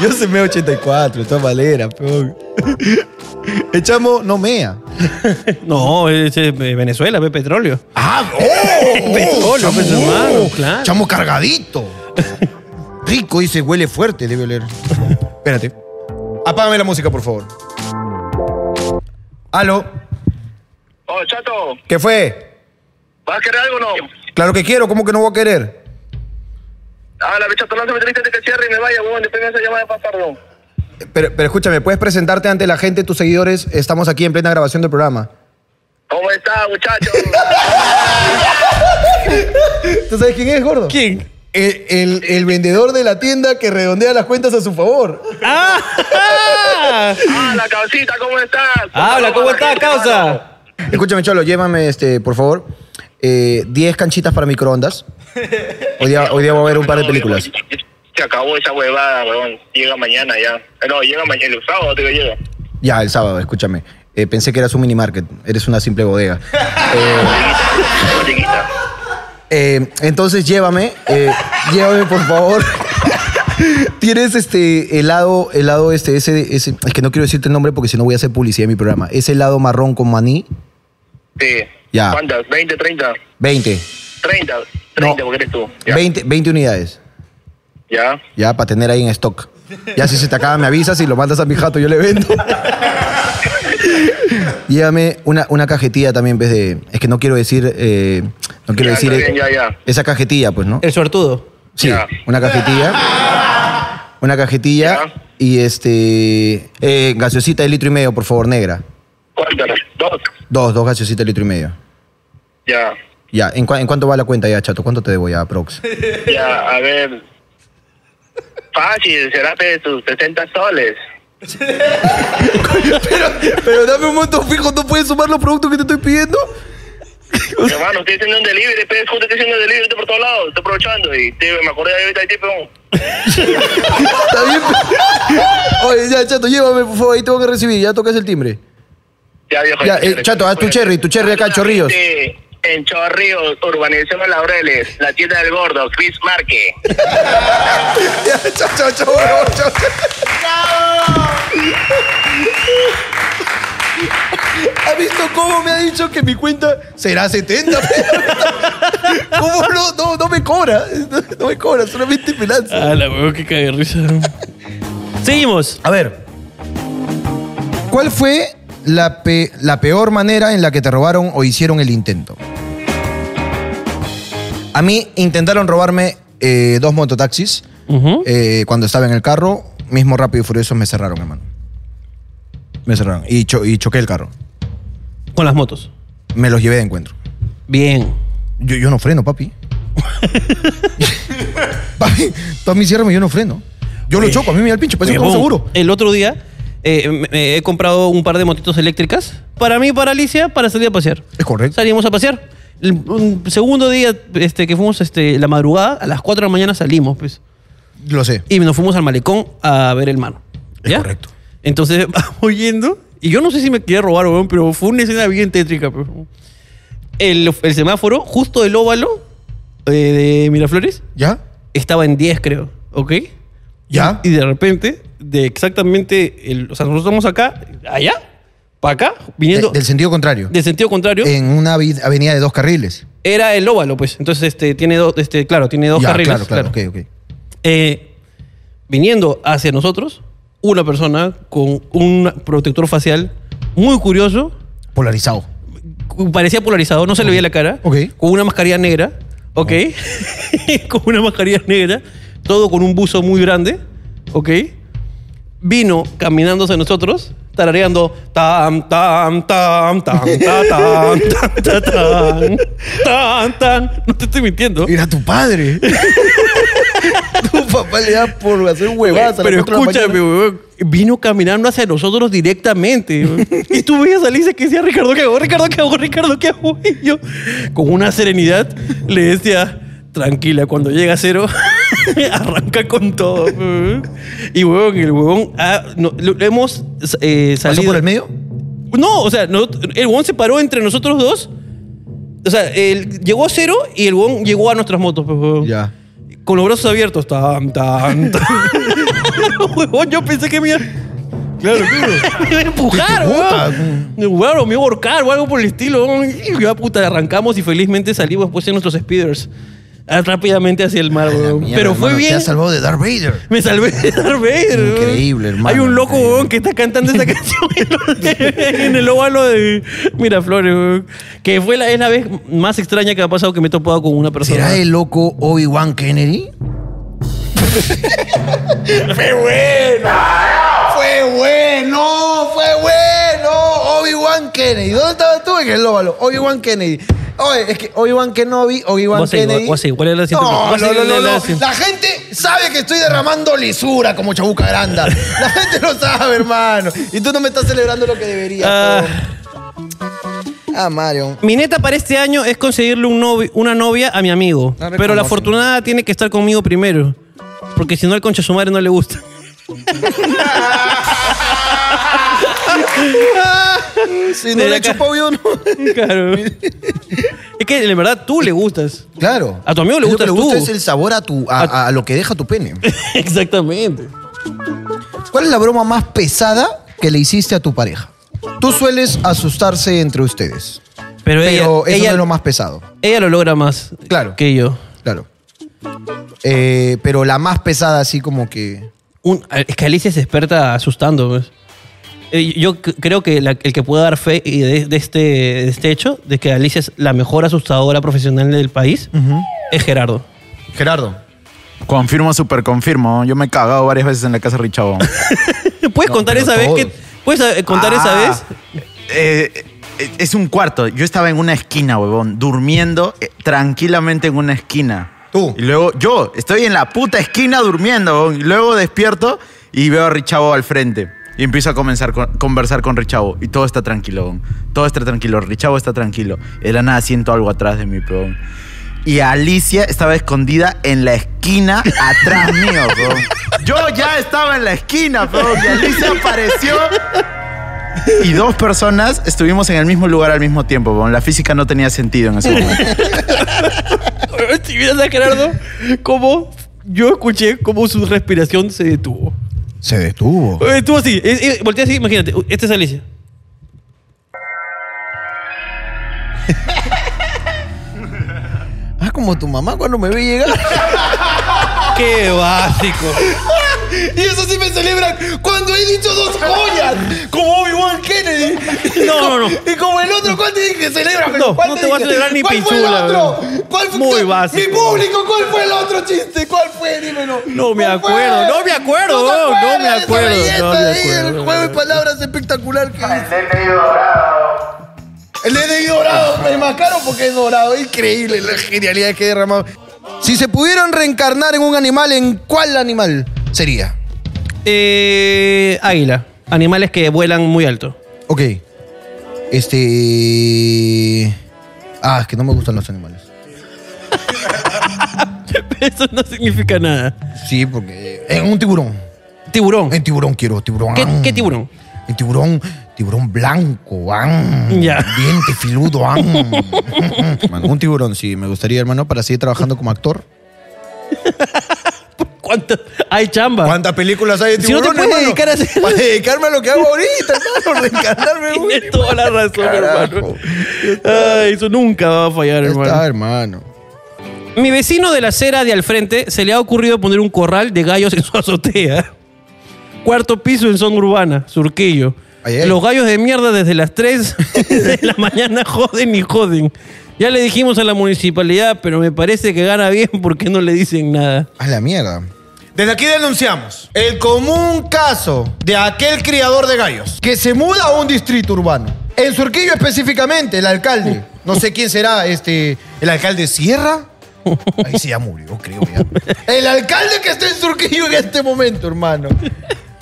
[SPEAKER 2] yo se me da 84, de todas maneras, peón. El chamo no mea.
[SPEAKER 3] No, es eh, Venezuela, ve petróleo.
[SPEAKER 2] ¡Ah! ¡Oh!
[SPEAKER 3] Petróleo,
[SPEAKER 2] Chamo,
[SPEAKER 3] pues, hermano, claro.
[SPEAKER 2] Chamo cargadito. Rico, dice, huele fuerte, debe oler. Espérate. Apágame la música, por favor. Aló,
[SPEAKER 5] Oh, chato,
[SPEAKER 2] ¿qué fue?
[SPEAKER 5] ¿vas a querer algo o no?
[SPEAKER 2] Claro que quiero, ¿cómo que no voy a querer?
[SPEAKER 5] Ah, la bicha, no se me triste de que cierre y me vaya, huevón. Después me hace llamada para pasarlo.
[SPEAKER 2] Pero, pero escúchame, ¿puedes presentarte ante la gente, tus seguidores? Estamos aquí en plena grabación del programa.
[SPEAKER 5] ¿Cómo está, muchacho?
[SPEAKER 2] ¿Tú sabes quién es, gordo?
[SPEAKER 3] ¿Quién?
[SPEAKER 2] El, Eh, el- el vendedor de la tienda que redondea las cuentas a su favor.
[SPEAKER 3] ¡Ah!
[SPEAKER 5] ah, la cabecita, ¿cómo estás?
[SPEAKER 3] Habla, ¿cómo
[SPEAKER 5] está,
[SPEAKER 3] está, causa?
[SPEAKER 2] Escúchame, Cholo, llévame, este, por favor, eh, 10 canchitas para microondas. Hoy día, hoy día voy a ver un par de películas.
[SPEAKER 5] Se acabó esa huevada, huevón. Llega mañana ya. Eh, No, llega mañana, el sábado te llega.
[SPEAKER 2] Ya, el sábado, escúchame. Eh, pensé que eras un minimarket, eres una simple bodega. Eh,
[SPEAKER 5] Bodeguita.
[SPEAKER 2] eh, entonces llévame, eh, llévame por favor. Tienes este helado, helado este, ese, ese, es que no quiero decirte el nombre porque si no voy a hacer publicidad en mi programa. Ese helado marrón con maní,
[SPEAKER 5] Sí.
[SPEAKER 2] Ya.
[SPEAKER 5] ¿Cuántas? ¿20, 30?
[SPEAKER 2] 20.
[SPEAKER 5] 30, 30, porque eres tú. Ya.
[SPEAKER 2] 20, 20 unidades.
[SPEAKER 5] Ya.
[SPEAKER 2] Ya, para tener ahí en stock. Ya si se te acaba, me avisas y lo mandas a mi jato, yo le vendo. Llévame una, una cajetilla también, en vez de. Es que no quiero decir. eh, no quiero
[SPEAKER 5] Ya,
[SPEAKER 2] decir.
[SPEAKER 5] está
[SPEAKER 2] eh,
[SPEAKER 5] bien, ya, ya.
[SPEAKER 2] Esa cajetilla, pues, ¿no?
[SPEAKER 3] El suertudo.
[SPEAKER 2] Sí,
[SPEAKER 5] Ya.
[SPEAKER 2] una cajetilla. Una cajetilla.
[SPEAKER 5] Ya.
[SPEAKER 2] Y este. eh, gaseosita de litro y medio, por favor, negra.
[SPEAKER 5] ¿Cuántas? Dos.
[SPEAKER 2] Dos, dos gaseositas de litro y medio.
[SPEAKER 5] Ya.
[SPEAKER 2] Ya, ¿en, cua- en cuánto va la cuenta ya, chato? ¿Cuánto te debo ya, Prox?
[SPEAKER 5] Ya, a ver. Fácil, será de tus 60 soles.
[SPEAKER 2] Pero dame un monto fijo, ¿no puedes sumar los productos que te estoy pidiendo?
[SPEAKER 5] Hermano, estoy haciendo un delivery, pe, justo estoy haciendo un delivery estoy por todos lados, estoy aprovechando y te, me acordé de ahorita de ti, peón.
[SPEAKER 2] Está bien. pe- Oye, ya, chato, llévame, por favor, ahí tengo que recibir, ya tocas el timbre.
[SPEAKER 5] Ya, viejo.
[SPEAKER 2] Ya, eh, Chato, haz tu cherry, tu cherry acá,
[SPEAKER 5] Hola,
[SPEAKER 2] Chorrillos.
[SPEAKER 5] gente, En Chorrillos, Urbanización Los Laureles, la tienda del gordo, Chris Marque.
[SPEAKER 2] Ya, chao, chao, chao, huevón, chao. ¿Ha visto cómo me ha dicho que mi cuenta será 70? pe? ¿Cómo no? No, no me cobra. No, no me cobra, solamente me lanza.
[SPEAKER 3] Ah, la huevo que cae de risa. Seguimos.
[SPEAKER 2] A ver. ¿Cuál fue la, pe- la peor manera en la que te robaron o hicieron el intento? A mí intentaron robarme eh, dos mototaxis
[SPEAKER 3] Ujú.
[SPEAKER 2] eh, cuando estaba en el carro. Mismo rápido y furioso me cerraron, hermano. Me cerraron. Y, cho- y choqué el carro.
[SPEAKER 3] Con las motos.
[SPEAKER 2] Me los llevé de encuentro.
[SPEAKER 3] Bien.
[SPEAKER 2] Yo, yo no freno, papi. papi, tú a mí ciérrame, yo no freno. Pues Yo lo choco, a mí me da el pinche, parece que
[SPEAKER 3] Huevón,
[SPEAKER 2] tengo seguro.
[SPEAKER 3] El otro día eh, me- me he comprado un par de motitos eléctricas para mí y para Alicia para salir a pasear.
[SPEAKER 2] Es correcto.
[SPEAKER 3] Salimos a pasear. El un segundo día este, que fuimos este, la madrugada, a las 4 de la mañana salimos, pues.
[SPEAKER 2] Lo sé.
[SPEAKER 3] Y nos fuimos al malecón a ver el mar.
[SPEAKER 2] Es correcto.
[SPEAKER 3] Entonces vamos yendo Y yo no sé si me quería robar, weón, pero fue una escena bien tétrica. pe, weón. El, el semáforo, justo del óvalo eh, de Miraflores,
[SPEAKER 2] ¿Ya?
[SPEAKER 3] estaba en 10, creo, ¿ok?
[SPEAKER 2] ¿Ya?
[SPEAKER 3] Y de repente, de exactamente, el- o sea, nosotros estamos acá, allá, para acá, viniendo
[SPEAKER 2] De- del sentido Eh. contrario.
[SPEAKER 3] del sentido contrario,
[SPEAKER 2] En una avi- avenida de dos carriles.
[SPEAKER 3] era el óvalo, pues. Entonces, este, tiene dos, este, claro, tiene dos
[SPEAKER 2] Ya,
[SPEAKER 3] carriles.
[SPEAKER 2] Claro, claro, ok, ok.
[SPEAKER 3] Eh, viniendo hacia nosotros, una persona con un protector facial muy curioso,
[SPEAKER 2] Polarizado.
[SPEAKER 3] parecía polarizado, no se le veía la cara,
[SPEAKER 2] Ok.
[SPEAKER 3] con una mascarilla negra, ¿ok? con una mascarilla negra, todo con un buzo muy grande, ¿ok? Vino caminando hacia nosotros, tarareando tam tam tam tam ta, tan tan ta, tan tan tan no te estoy mintiendo
[SPEAKER 2] Era tu padre. tu papá le da por hacer huevadas. a las
[SPEAKER 3] Pero
[SPEAKER 2] cuatro de la
[SPEAKER 3] escúchame,
[SPEAKER 2] mañana.
[SPEAKER 3] weón. Vino caminando hacia nosotros directamente. weón. y tú veías a Alicia que decía, Ricardo, ¿qué hago? Ricardo, ¿qué hago? Ricardo, ¿qué hago? Y yo, con una serenidad, le decía, tranquila, cuando llega a cero, arranca con todo. weón". y weón, el huevón, ah, no, lo- lo hemos eh,
[SPEAKER 2] ¿Pasó
[SPEAKER 3] salido.
[SPEAKER 2] por el medio?
[SPEAKER 3] No, o sea, no- el huevón se paró entre nosotros dos. O sea, él llegó a cero y el huevón llegó a nuestras motos. pues, weón
[SPEAKER 2] Ya.
[SPEAKER 3] con los brazos abiertos. Tan, tan, tan. Huevón, yo pensé que me iba,
[SPEAKER 2] Claro, claro.
[SPEAKER 3] me iba a empujar,
[SPEAKER 2] Puta.
[SPEAKER 3] weón. Weón, me iba a ahorcar o algo por el estilo. weón. Y ya, puta, arrancamos y felizmente salimos después en nuestros speeders. Ah, Rápidamente hacia el mar, weón. Pero fue
[SPEAKER 2] Te
[SPEAKER 3] bien.
[SPEAKER 2] has salvado de Darth Vader.
[SPEAKER 3] Me salvé de Darth Vader, weón.
[SPEAKER 2] Increíble, hermano,
[SPEAKER 3] Hay un loco,
[SPEAKER 2] increíble.
[SPEAKER 3] weón, que está cantando esa canción en el óvalo de Miraflores, weón. Que fue la, es la vez más extraña que me ha pasado que me he topado con una persona.
[SPEAKER 2] ¿Será el loco Obi-Wan Kennedy? ¡Fue bueno! ¡Fue bueno! ¡Fue bueno! Obi-Wan Kennedy. ¿Dónde estabas tú en el óvalo? Obi-Wan Kennedy. Oye, es que Obi-Wan Kenobi, Obi-Wan
[SPEAKER 3] Guasey,
[SPEAKER 2] Kennedy.
[SPEAKER 3] guasey, ¿cuál es la siguiente
[SPEAKER 2] no,
[SPEAKER 3] pregunta?
[SPEAKER 2] no, no,
[SPEAKER 3] Guasey,
[SPEAKER 2] no,
[SPEAKER 3] la- la-
[SPEAKER 2] no. La gente sabe que estoy derramando lisura como Chabuca Granda. La gente lo sabe, hermano. Y tú no me estás celebrando lo que deberías.
[SPEAKER 3] Ah.
[SPEAKER 2] po. Ah, Mario.
[SPEAKER 3] Mi neta para este año es conseguirle un novi- una novia a mi amigo.
[SPEAKER 2] No
[SPEAKER 3] pero la
[SPEAKER 2] reconocen.
[SPEAKER 3] afortunada tiene que estar conmigo primero. Porque si no, el concha de su madre no le gusta.
[SPEAKER 2] Si no
[SPEAKER 3] Desde
[SPEAKER 2] le
[SPEAKER 3] acá.
[SPEAKER 2] chupó yo, no.
[SPEAKER 3] Claro. es que en verdad tú le gustas.
[SPEAKER 2] Claro.
[SPEAKER 3] A tu amigo le
[SPEAKER 2] Es lo que
[SPEAKER 3] gustas
[SPEAKER 2] le gusta
[SPEAKER 3] tú.
[SPEAKER 2] es el sabor a, tu, a, a lo que deja tu pene.
[SPEAKER 3] Exactamente.
[SPEAKER 2] ¿Cuál es la broma más pesada que le hiciste a tu pareja? Tú sueles asustarse entre ustedes,
[SPEAKER 3] Pero,
[SPEAKER 2] pero
[SPEAKER 3] ella,
[SPEAKER 2] eso
[SPEAKER 3] ella,
[SPEAKER 2] no es lo más pesado.
[SPEAKER 3] ella lo logra más
[SPEAKER 2] Claro.
[SPEAKER 3] que yo.
[SPEAKER 2] Claro. Eh, pero la más pesada, así como que.
[SPEAKER 3] Un- es que Alicia es experta asustando. pues. Eh, Yo c- creo que la- el que pueda dar fe y de, de este, de este hecho, de que Alicia es la mejor asustadora profesional del país, es Gerardo.
[SPEAKER 2] Gerardo.
[SPEAKER 6] Confirmo, super confirmo. Yo me he cagado varias veces en la casa de Richabón.
[SPEAKER 3] ¿Puedes contar
[SPEAKER 2] pero
[SPEAKER 3] esa vez
[SPEAKER 2] todos.
[SPEAKER 3] que puedes eh, contar esa
[SPEAKER 6] Ah,
[SPEAKER 3] vez?
[SPEAKER 6] eh, eh, es un cuarto. Yo estaba en una esquina, huevón, durmiendo eh, tranquilamente en una esquina.
[SPEAKER 2] Tú.
[SPEAKER 6] Y luego yo estoy en la puta esquina durmiendo, huevón. Y luego despierto y veo a Richavo al frente. Y empiezo a comenzar con- conversar con Richavo. Y todo está tranquilo, huevón. Todo está tranquilo. Richavo está tranquilo. De la nada siento algo atrás de mí, huevón. Y Alicia estaba escondida en la esquina atrás mío, huevón. Yo ya estaba en la esquina, huevón. Y Alicia apareció y dos personas estuvimos en el mismo lugar al mismo tiempo. weón. La física no tenía sentido en ese momento.
[SPEAKER 3] Si vieras a Gerardo, como yo escuché cómo su respiración se detuvo.
[SPEAKER 2] Se detuvo.
[SPEAKER 3] Eh, Estuvo así, eh, eh, voltea así, imagínate, uh, esta es Alicia.
[SPEAKER 2] Ah, como tu mamá cuando me ve llegar.
[SPEAKER 3] Qué básico.
[SPEAKER 2] y eso sí me celebran cuando he dicho dos joyas, como Obi-Wan Kennedy.
[SPEAKER 3] No, no, no.
[SPEAKER 2] Y como el otro, ¿cuál te dije que celebra?
[SPEAKER 3] No,
[SPEAKER 2] ¿Cuál
[SPEAKER 3] no te
[SPEAKER 2] dije?
[SPEAKER 3] voy a celebrar ni
[SPEAKER 2] ¿Cuál
[SPEAKER 3] pinchula,
[SPEAKER 2] fue el otro?
[SPEAKER 3] bro.
[SPEAKER 2] ¿Cuál fue
[SPEAKER 3] Muy
[SPEAKER 2] cuál-
[SPEAKER 3] básico.
[SPEAKER 2] Mi público, ¿cuál fue el otro chiste? ¿Cuál fue? Dímelo.
[SPEAKER 3] No me
[SPEAKER 2] ¿Cuál fue?
[SPEAKER 3] acuerdo, no me acuerdo,
[SPEAKER 2] te
[SPEAKER 3] bro, no
[SPEAKER 2] acuerdas
[SPEAKER 3] me
[SPEAKER 2] de esa
[SPEAKER 3] acuerdo,
[SPEAKER 2] belleza
[SPEAKER 3] no me
[SPEAKER 2] ahí, El
[SPEAKER 3] acuerdo.
[SPEAKER 2] juego de palabras espectacular que hice. El DNI dorado, es más caro porque es dorado. Increíble la genialidad que he derramado. Si se pudieran reencarnar en un animal, ¿en cuál animal sería?
[SPEAKER 3] Eh, águila, animales que vuelan muy alto.
[SPEAKER 2] Ok. Este. Ah, es que no me gustan los animales.
[SPEAKER 3] Eso no significa nada.
[SPEAKER 2] Sí, porque. eh, En un tiburón.
[SPEAKER 3] Tiburón.
[SPEAKER 2] En tiburón quiero, tiburón.
[SPEAKER 3] ¿Qué, qué tiburón?
[SPEAKER 2] El tiburón, tiburón blanco, ¡am!
[SPEAKER 3] Ya.
[SPEAKER 2] Diente filudo, ¡am! Mano, un tiburón, sí, me gustaría, hermano, para seguir trabajando como actor.
[SPEAKER 3] ¿Cuántas? Hay chamba.
[SPEAKER 2] ¿Cuántas películas hay de
[SPEAKER 3] Si no
[SPEAKER 2] tiburón,
[SPEAKER 3] te puedes
[SPEAKER 2] hermano?
[SPEAKER 3] dedicar a hacer-
[SPEAKER 2] Para dedicarme a lo que hago ahorita, hermano, reencarnarme. güey.
[SPEAKER 3] Tienes toda la razón,
[SPEAKER 2] Carajo.
[SPEAKER 3] hermano. Ay, eso nunca va a fallar,
[SPEAKER 2] Ya
[SPEAKER 3] hermano.
[SPEAKER 2] Está, hermano.
[SPEAKER 3] Mi vecino de la acera de al frente se le ha ocurrido poner un corral de gallos en su azotea. Cuarto piso en zona urbana, Surquillo.
[SPEAKER 2] Ay, ay.
[SPEAKER 3] Los gallos de mierda desde las 3 de la mañana joden y joden. Ya le dijimos a la municipalidad, pero me parece que gana bien porque no le dicen nada.
[SPEAKER 2] A la mierda.
[SPEAKER 7] Desde aquí denunciamos el común caso de aquel criador de gallos.
[SPEAKER 2] que se muda a un distrito urbano. En Surquillo específicamente, el alcalde. No sé quién será, este, el alcalde Sierra. Ahí sí ya murió, creo ya. El alcalde que está en Surquillo en este momento, hermano.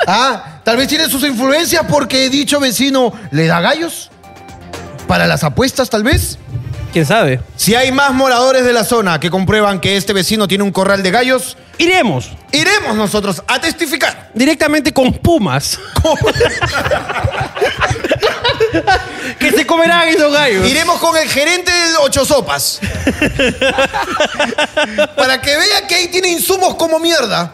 [SPEAKER 2] Ah, tal vez tiene sus influencias porque dicho vecino le da gallos. Para las apuestas, tal vez.
[SPEAKER 3] ¿Quién sabe?
[SPEAKER 7] Si hay más moradores de la zona que comprueban que este vecino tiene un corral de gallos,
[SPEAKER 3] Iremos
[SPEAKER 7] iremos nosotros a testificar.
[SPEAKER 3] directamente con pumas. que se comerán esos gallos.
[SPEAKER 7] Iremos con el gerente del Ocho Sopas. Para que vea que ahí tiene insumos como mierda.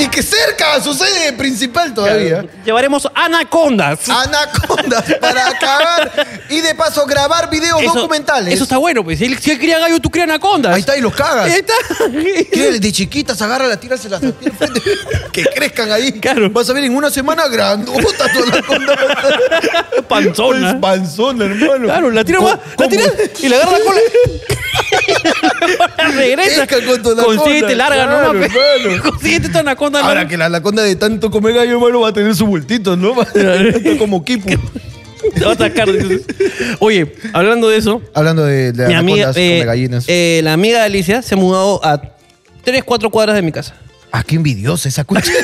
[SPEAKER 2] Y que cerca a su sede principal todavía.
[SPEAKER 3] Llevaremos anacondas.
[SPEAKER 2] Anacondas para acabar y de paso grabar videos documentales.
[SPEAKER 3] Eso está bueno, pues. Si él, si él cría gallo, tú cría anacondas.
[SPEAKER 2] Ahí está y los cagas.
[SPEAKER 3] Ahí está.
[SPEAKER 2] ¿Qué? De chiquitas, agárralas, tíraselas aquí al frente. Que crezcan ahí.
[SPEAKER 3] Claro.
[SPEAKER 2] Vas a ver en una semana grandota tu anaconda.
[SPEAKER 3] Panzona.
[SPEAKER 2] Es panzona, hermano.
[SPEAKER 3] Claro, la tira
[SPEAKER 2] Co-
[SPEAKER 3] más, la
[SPEAKER 2] como-
[SPEAKER 3] tira y le agarra la cola. La regresa.
[SPEAKER 2] Pesca con tu anaconda,
[SPEAKER 3] Consíguete larga
[SPEAKER 2] claro,
[SPEAKER 3] nomás. pe. Consíguete tu anaconda.
[SPEAKER 2] Ahora
[SPEAKER 3] larga.
[SPEAKER 2] que la anaconda de tanto comer gallo, hermano, va a tener su bultito, ¿no? Va a tener tanto como Kipu.
[SPEAKER 3] Te va a atacar. dices. Oye, hablando de eso,
[SPEAKER 2] Hablando de, de
[SPEAKER 3] mi amiga,
[SPEAKER 2] anacondas,
[SPEAKER 3] eh,
[SPEAKER 2] come gallinas.
[SPEAKER 3] eh, la amiga de Alicia se mudó a 3, 4 cuadras de mi casa.
[SPEAKER 2] ah, qué envidiosa esa cucha.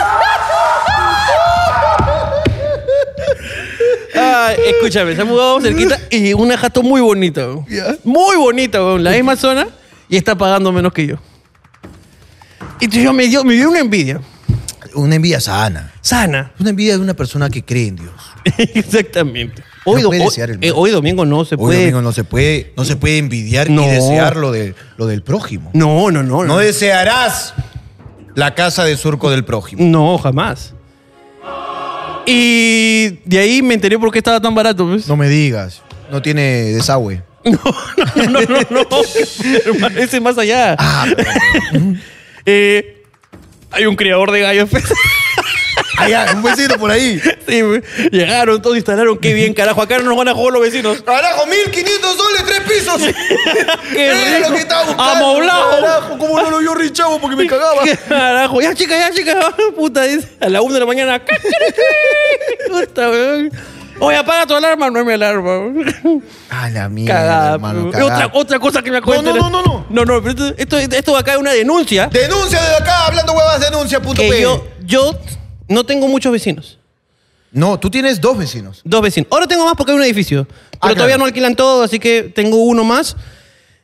[SPEAKER 3] Ah, escúchame, se ha mudado cerquita y una jato muy bonita, weón.
[SPEAKER 2] Ya.
[SPEAKER 3] Muy bonita, weón. La misma zona y está pagando menos que yo. Y entonces yo me dio, me dio una envidia.
[SPEAKER 2] una envidia sana.
[SPEAKER 3] Sana.
[SPEAKER 2] Una envidia de una persona que cree en Dios.
[SPEAKER 3] Exactamente. Hoy,
[SPEAKER 2] No
[SPEAKER 3] do-
[SPEAKER 2] puede
[SPEAKER 3] hoy-
[SPEAKER 2] desear el mal.
[SPEAKER 3] eh, hoy domingo no se
[SPEAKER 2] Hoy
[SPEAKER 3] puede.
[SPEAKER 2] domingo no se puede, no se puede envidiar
[SPEAKER 3] No.
[SPEAKER 2] ni desear lo, de, lo del prójimo.
[SPEAKER 3] No, no, no.
[SPEAKER 7] No
[SPEAKER 3] No,
[SPEAKER 7] desearás la casa de surco del prójimo.
[SPEAKER 3] No, jamás. Y de ahí me enteré por qué estaba tan barato. pues.
[SPEAKER 2] No me digas. No tiene desagüe.
[SPEAKER 3] No, no, no, no. Hermano, Ese es más allá. Eh, hay un criador de gallos. pues.
[SPEAKER 7] ah,
[SPEAKER 2] Allá, un vecino por ahí.
[SPEAKER 3] Sí, güey. llegaron, todos instalaron. Qué bien, carajo. Acá no nos van a joder los vecinos.
[SPEAKER 7] Carajo, 1500 soles, tres pisos.
[SPEAKER 3] Qué
[SPEAKER 7] Era
[SPEAKER 3] rico.
[SPEAKER 7] lo que estaba buscando.
[SPEAKER 3] Amoblado.
[SPEAKER 7] Carajo, cómo no lo vio Richavo porque me cagaba.
[SPEAKER 3] Carajo, ya chica, ya chica, puta, dice, a la 1 de la mañana. Puta, weón. Oye, apaga tu alarma, no es mi alarma. weón.
[SPEAKER 2] A la mierda,
[SPEAKER 3] Cagada,
[SPEAKER 2] hermano.
[SPEAKER 3] weón.
[SPEAKER 2] cagada.
[SPEAKER 3] otra, otra cosa que me acuerdo.
[SPEAKER 7] No, no, no, no,
[SPEAKER 3] no. No, pero esto- esto, esto de acá es una denuncia
[SPEAKER 7] Denuncia de acá, hablando huevas, denuncia, punto
[SPEAKER 3] que
[SPEAKER 7] P.
[SPEAKER 3] yo, yo no tengo muchos vecinos.
[SPEAKER 2] No, tú tienes dos vecinos.
[SPEAKER 3] Dos vecinos. Ahora tengo más porque hay un edificio. Pero
[SPEAKER 2] claro.
[SPEAKER 3] todavía no alquilan todo, así que tengo uno más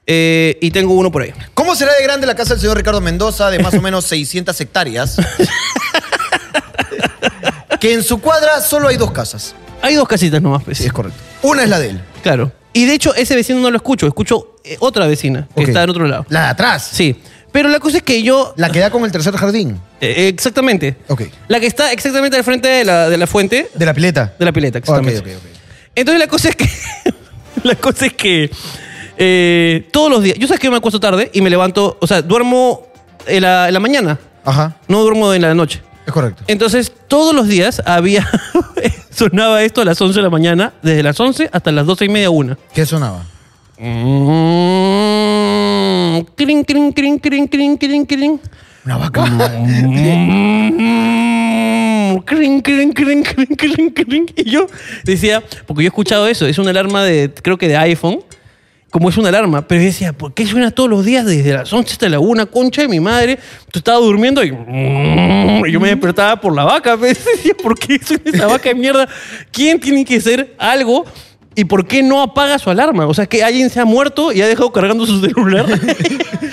[SPEAKER 3] eh, y tengo uno por ahí.
[SPEAKER 7] ¿Cómo será de grande la casa del señor Ricardo Mendoza de más o menos 600 hectáreas? que en su cuadra solo hay dos casas.
[SPEAKER 3] Hay dos casitas nomás, pues.
[SPEAKER 2] Sí, es correcto.
[SPEAKER 7] Una es la de él.
[SPEAKER 3] Claro. Y de hecho, ese vecino no lo escucho, escucho eh, otra vecina que
[SPEAKER 2] Ok.
[SPEAKER 3] está en otro lado.
[SPEAKER 2] La de atrás.
[SPEAKER 3] Sí. Pero la cosa es que yo.
[SPEAKER 2] La que da con el tercer jardín.
[SPEAKER 3] eh, exactamente.
[SPEAKER 2] Ok.
[SPEAKER 3] La que está exactamente al frente de la, de la fuente,
[SPEAKER 2] De la pileta.
[SPEAKER 3] de la pileta, exactamente.
[SPEAKER 2] Ok, ok, ok.
[SPEAKER 3] Entonces la cosa es que. la cosa es que. eh, todos los días. Yo sabes que yo me acuesto tarde y me levanto. O sea, duermo en la, en la mañana.
[SPEAKER 2] Ajá,
[SPEAKER 3] No duermo en la noche.
[SPEAKER 2] es correcto.
[SPEAKER 3] Entonces, todos los días había. sonaba esto a las 11 de la mañana, desde las 11 hasta las 12 y media, una.
[SPEAKER 2] ¿Qué sonaba?
[SPEAKER 3] Mm, crin, crin, crin, crin, crin, crin, crin.
[SPEAKER 2] Una vaca.
[SPEAKER 3] Mm, crin, crin, crin, crin, crin, crin. Y yo decía, porque yo he escuchado eso, es una alarma de, creo que de iPhone, como es una alarma, pero yo decía, ¿por qué suena todos los días desde las 11 hasta la 1, concha de mi madre? Tú estaba durmiendo y, mm, y yo me despertaba por la vaca, pues. Decía, ¿por qué suena esa vaca de mierda? ¿Quién tiene que ser algo ¿Y por qué no apaga su alarma? O sea, que alguien se ha muerto y ha dejado cargando su celular. y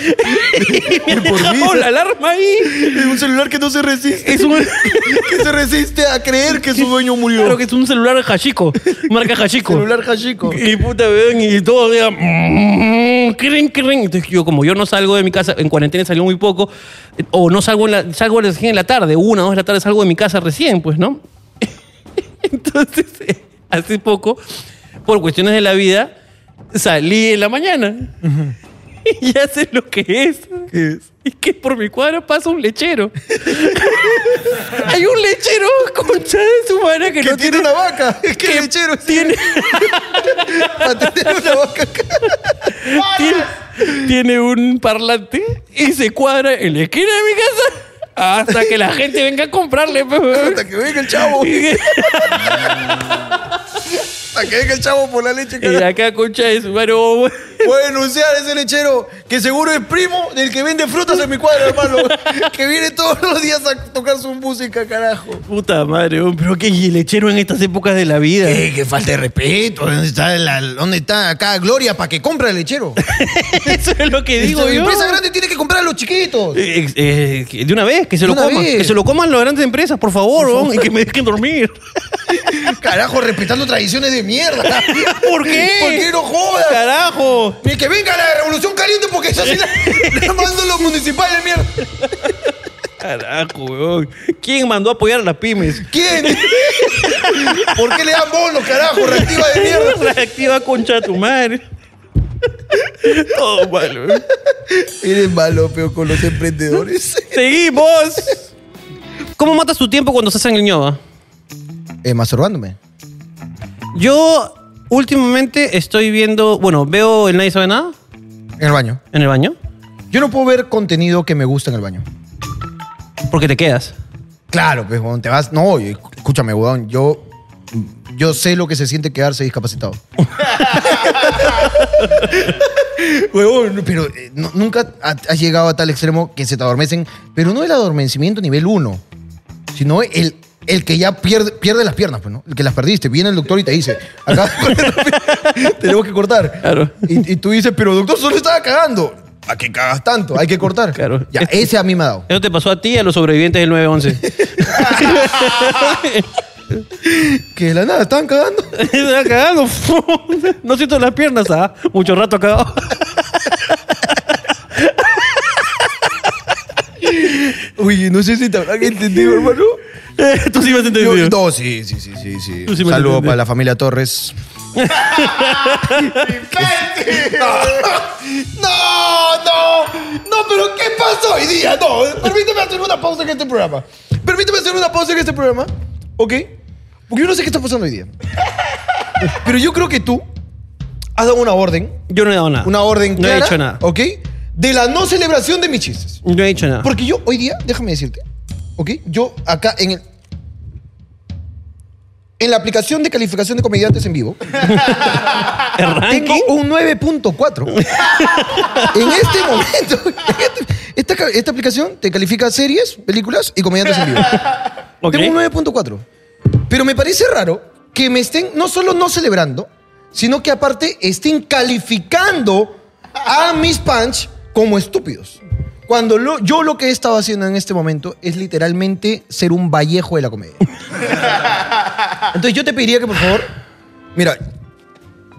[SPEAKER 3] me ha dejado la alarma ahí.
[SPEAKER 7] Es un celular que no se resiste.
[SPEAKER 3] Es un,
[SPEAKER 7] Que se resiste a creer que su dueño murió.
[SPEAKER 3] claro que es un celular Hashiko, marca Hashiko.
[SPEAKER 7] Celular Hashiko.
[SPEAKER 3] Y puta, ven, y todo día. mm, Crin, crin. Entonces, yo, como yo no salgo de mi casa, en cuarentena salgo muy poco, eh, o no salgo, en la, salgo recién en la tarde, una, dos de la tarde salgo de mi casa recién, pues, ¿no? Entonces, eh, hace poco, por cuestiones de la vida, salí en la mañana. Y ya sé lo que es. Y que por mi cuadra pasa un lechero. Hay un lechero, concha de su madre, que,
[SPEAKER 7] Que
[SPEAKER 3] no
[SPEAKER 7] tiene una vaca. Es que el lechero es
[SPEAKER 3] tiene.
[SPEAKER 7] para tener una vaca.
[SPEAKER 3] tiene, tiene un parlante y se cuadra en la esquina de mi casa hasta que la gente venga a comprarle. pe, weón.
[SPEAKER 7] Hasta que venga el chavo. Hasta que venga el chavo por la leche.
[SPEAKER 3] Y
[SPEAKER 7] carajo.
[SPEAKER 3] acá, concha de su madre, oh, weón.
[SPEAKER 7] Voy a denunciar a ese lechero que seguro es primo del que vende frutas en mi cuadra, hermano. Que viene todos los días a tocar su música, carajo.
[SPEAKER 3] Puta madre, weón, pero qué lechero en estas épocas de la vida.
[SPEAKER 2] Eh, qué falta de respeto. ¿Dónde está, la- dónde está acá Gloria para que compre el lechero?
[SPEAKER 3] Eso es lo que digo
[SPEAKER 2] Esta
[SPEAKER 3] yo.
[SPEAKER 2] empresa grande tiene que comprar a los chiquitos.
[SPEAKER 3] Eh, eh, eh, de una vez, que se lo
[SPEAKER 2] una
[SPEAKER 3] coman.
[SPEAKER 2] vez.
[SPEAKER 3] Que se lo coman las grandes empresas, por favor, weón, y que me dejen dormir.
[SPEAKER 2] Carajo, respetando tradiciones de mierda.
[SPEAKER 3] ¿Por qué?
[SPEAKER 2] ¿Por qué no jodas?
[SPEAKER 3] Carajo.
[SPEAKER 2] Ni que venga la revolución caliente porque eso sí la, la mando los municipales, mierda.
[SPEAKER 3] Carajo, weón. ¿Quién mandó a apoyar a las pymes?
[SPEAKER 2] ¿Quién? ¿Por qué le dan bonos, carajo? Reactiva de mierda.
[SPEAKER 3] Reactiva concha de tu madre. Todo malo.
[SPEAKER 2] ¿eh?
[SPEAKER 3] weón.
[SPEAKER 2] Eres malo, pero con los emprendedores.
[SPEAKER 3] Seguimos. ¿Cómo matas tu tiempo cuando estás en el ñoba?
[SPEAKER 2] Eh, masturbándome.
[SPEAKER 3] Yo últimamente estoy viendo, bueno, veo el Nadie sabe nada
[SPEAKER 2] En el baño.
[SPEAKER 3] en el baño,
[SPEAKER 2] Yo no puedo ver contenido que me gusta en el baño.
[SPEAKER 3] porque te quedas.
[SPEAKER 2] Claro, pues, weón, te vas. No, oye, escúchame, weón. Yo, yo sé lo que se siente quedarse discapacitado. Weón, pero eh, no- nunca ha- has llegado a tal extremo que se te adormecen. Pero no el adormecimiento nivel 1, sino el, el que ya pierde, pierde las piernas, pues, ¿no? El que las perdiste. Viene el doctor y te dice: Acá tenemos que cortar.
[SPEAKER 3] Claro.
[SPEAKER 2] Y, y tú dices: Pero doctor, solo estaba cagando. ¿A qué cagas tanto? Hay que cortar.
[SPEAKER 3] Claro.
[SPEAKER 2] Ya, ese a mí me ha dado.
[SPEAKER 3] Eso te pasó a ti y a los sobrevivientes del 911.
[SPEAKER 2] Que de la nada, estaban cagando.
[SPEAKER 3] Estaba cagando. No siento las piernas, ¿ah? Mucho rato cagado.
[SPEAKER 2] Oye, no sé si te habrán entendido, hermano.
[SPEAKER 3] Tú sí me has
[SPEAKER 2] Yo-
[SPEAKER 3] entendido.
[SPEAKER 2] no, sí, sí, sí, sí. sí.
[SPEAKER 3] Tú sí me
[SPEAKER 2] Saludo
[SPEAKER 3] entendí.
[SPEAKER 2] para la familia Torres.
[SPEAKER 7] No, no, no, pero ¿qué pasó hoy día? No, permíteme hacer una pausa en este programa.
[SPEAKER 2] Permíteme hacer una pausa en este programa, ¿ok? Porque yo no sé qué está pasando hoy día. Pero yo creo que tú has dado una orden,
[SPEAKER 3] Yo no he dado nada.
[SPEAKER 2] una orden
[SPEAKER 3] No
[SPEAKER 2] clara,
[SPEAKER 3] he hecho nada.
[SPEAKER 2] ¿ok? De la no celebración de mis chistes.
[SPEAKER 3] No he hecho nada.
[SPEAKER 2] Porque yo hoy día, déjame decirte, ¿ok? Yo acá en el... En la aplicación de calificación de comediantes en vivo,
[SPEAKER 3] El ranking.
[SPEAKER 2] Tengo un 9.4. en este momento, esta, ca- esta aplicación te califica series, películas y comediantes en vivo.
[SPEAKER 3] Ok.
[SPEAKER 2] Tengo un 9.4. Pero me parece raro que me estén no solo no celebrando, sino que aparte estén calificando a mis punch como estúpidos. Cuando lo- yo lo que he estado haciendo en este momento es literalmente ser un vallejo de la comedia. Entonces yo te pediría que por favor, mira,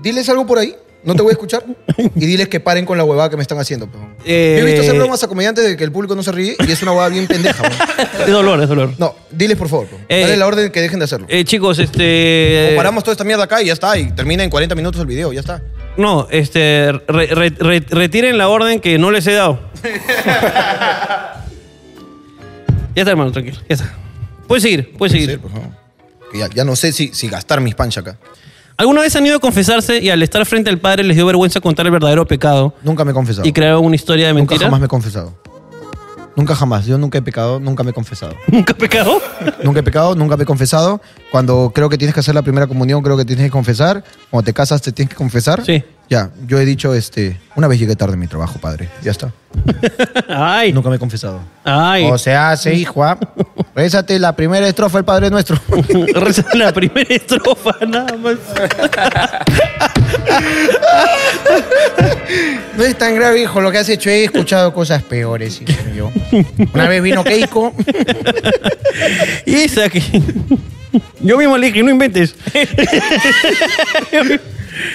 [SPEAKER 2] diles algo por ahí, no te voy a escuchar, y diles que paren con la huevada que me están haciendo. pe.
[SPEAKER 3] Eh.
[SPEAKER 2] Yo he visto hacer bromas a comediantes de que el público no se ríe y es una huevada bien pendeja. pe.
[SPEAKER 3] Es dolor, es dolor.
[SPEAKER 2] No, diles por favor, pe.
[SPEAKER 3] Eh.
[SPEAKER 2] dale la orden que dejen de hacerlo.
[SPEAKER 3] Eh, chicos, este.
[SPEAKER 2] O paramos toda esta mierda acá y ya está, y termina en 40 minutos el video, ya está.
[SPEAKER 3] No, este, re- re- re- retiren la orden que no les he dado. ya está, hermano, tranquilo. Ya está. Puedes seguir, puedes
[SPEAKER 2] Sí,
[SPEAKER 3] seguir.
[SPEAKER 2] por favor. Que Ya, ya no sé si, si gastar mis pancha acá.
[SPEAKER 3] ¿Alguna vez han ido a confesarse y al estar frente al padre les dio vergüenza contar el verdadero pecado
[SPEAKER 2] Nunca me he confesado.
[SPEAKER 3] y crearon una historia de
[SPEAKER 2] nunca
[SPEAKER 3] mentira?
[SPEAKER 2] jamás me he confesado. Nunca jamás. Yo nunca he pecado, nunca me he confesado.
[SPEAKER 3] ¿Nunca pecado?
[SPEAKER 2] Nunca he pecado, nunca me he confesado. Cuando creo que tienes que hacer la primera comunión, creo que tienes que confesar. Cuando te casas, te tienes que confesar.
[SPEAKER 3] Sí.
[SPEAKER 2] Ya, yo he dicho, este, una vez llegué tarde a mi trabajo, padre. Ya está.
[SPEAKER 3] Ay,
[SPEAKER 2] Nunca me he confesado.
[SPEAKER 3] ay.
[SPEAKER 2] O sea, sí, hijo. ah. Rézate la primera estrofa del Padre Nuestro.
[SPEAKER 3] Reza la primera estrofa, nada más.
[SPEAKER 2] No es tan grave, hijo. Lo que has hecho he escuchado cosas peores, hijo mío. Una vez vino Keiko.
[SPEAKER 3] Y esa que. Yo mismo le dije, no inventes.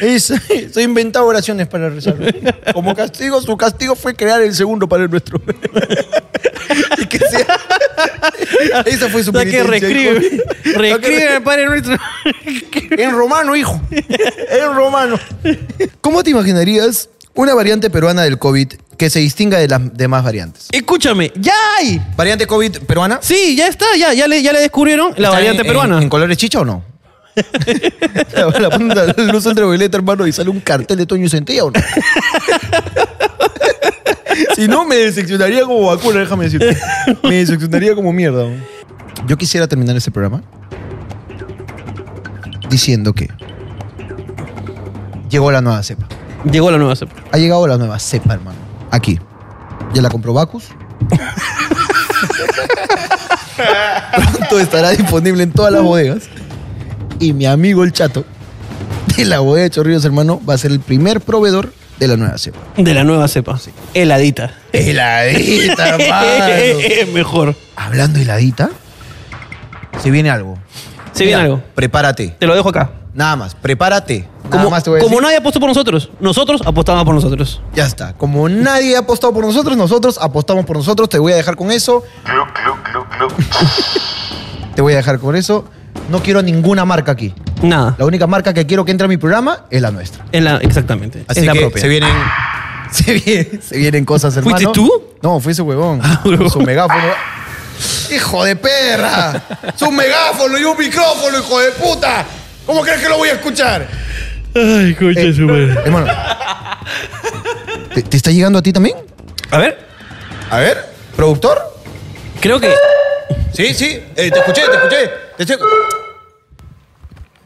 [SPEAKER 2] y se se ha inventado oraciones para rezarlo.
[SPEAKER 7] Como castigo, su castigo fue crear el segundo para el nuestro. y que sea. Esa fue su
[SPEAKER 3] O sea, que
[SPEAKER 7] penitencia, hijo.
[SPEAKER 3] reescribe. Reescribe al Padre Nuestro.
[SPEAKER 7] En romano, hijo. En romano. ¿Cómo te imaginarías una variante peruana del COVID que se distinga de las demás variantes?
[SPEAKER 3] Escúchame, ya hay.
[SPEAKER 7] ¿Variante COVID peruana?
[SPEAKER 3] Sí, ya está, ya, ya, le, ya le descubrieron la
[SPEAKER 7] ¿Está
[SPEAKER 3] variante
[SPEAKER 7] en-
[SPEAKER 3] peruana.
[SPEAKER 7] ¿En, en colores chicha o no? la, la punta de la luz ultravioleta, hermano, y sale un cartel de Toño Centella o no. si no, me decepcionaría como vacuna, déjame decirte. Me decepcionaría como mierda. ¿no? Yo quisiera terminar este programa diciendo que llegó la nueva cepa.
[SPEAKER 3] Llegó la nueva cepa.
[SPEAKER 7] Ha llegado la nueva cepa, hermano. Aquí. Ya la compró Bacus. Pronto estará disponible en todas las bodegas. Y mi amigo el chato de la bodega de Chorrillos, hermano, va a ser el primer proveedor de la nueva cepa.
[SPEAKER 3] De la nueva cepa. Heladita.
[SPEAKER 7] Heladita,
[SPEAKER 3] Mejor.
[SPEAKER 7] Hablando de heladita, se viene algo.
[SPEAKER 3] Se viene
[SPEAKER 7] Mira,
[SPEAKER 3] algo.
[SPEAKER 7] Prepárate.
[SPEAKER 3] Te lo dejo acá.
[SPEAKER 7] Nada más, prepárate. Nada
[SPEAKER 3] Como,
[SPEAKER 7] más te voy a
[SPEAKER 3] como
[SPEAKER 7] decir.
[SPEAKER 3] nadie apostó por nosotros, nosotros apostábamos por nosotros.
[SPEAKER 7] Ya está. Como nadie ha apostado por nosotros, nosotros apostamos por nosotros. Te voy a dejar con eso. Te voy a dejar con eso. No quiero ninguna marca aquí.
[SPEAKER 3] Nada.
[SPEAKER 7] La única marca que quiero que entre a mi programa es la nuestra.
[SPEAKER 3] Es la- exactamente.
[SPEAKER 7] Así
[SPEAKER 3] es la
[SPEAKER 7] que
[SPEAKER 3] propia.
[SPEAKER 7] se vienen. Se vienen, se vienen cosas, hermano.
[SPEAKER 3] ¿Fuiste tú?
[SPEAKER 7] No, fui ese huevón.
[SPEAKER 3] Ah, huevón.
[SPEAKER 7] Con Su megáfono. ¡Hijo de perra! ¡Es un megáfono y un micrófono, hijo de puta! ¿Cómo crees que lo voy a escuchar?
[SPEAKER 3] Ay, coche
[SPEAKER 7] Eh,
[SPEAKER 3] su madre.
[SPEAKER 7] Hermano. ¿te- ¿Te está llegando a ti también?
[SPEAKER 3] A ver,
[SPEAKER 7] A ver, productor.
[SPEAKER 3] creo que.
[SPEAKER 7] Sí, sí, eh, te escuché, te escuché. Te estoy,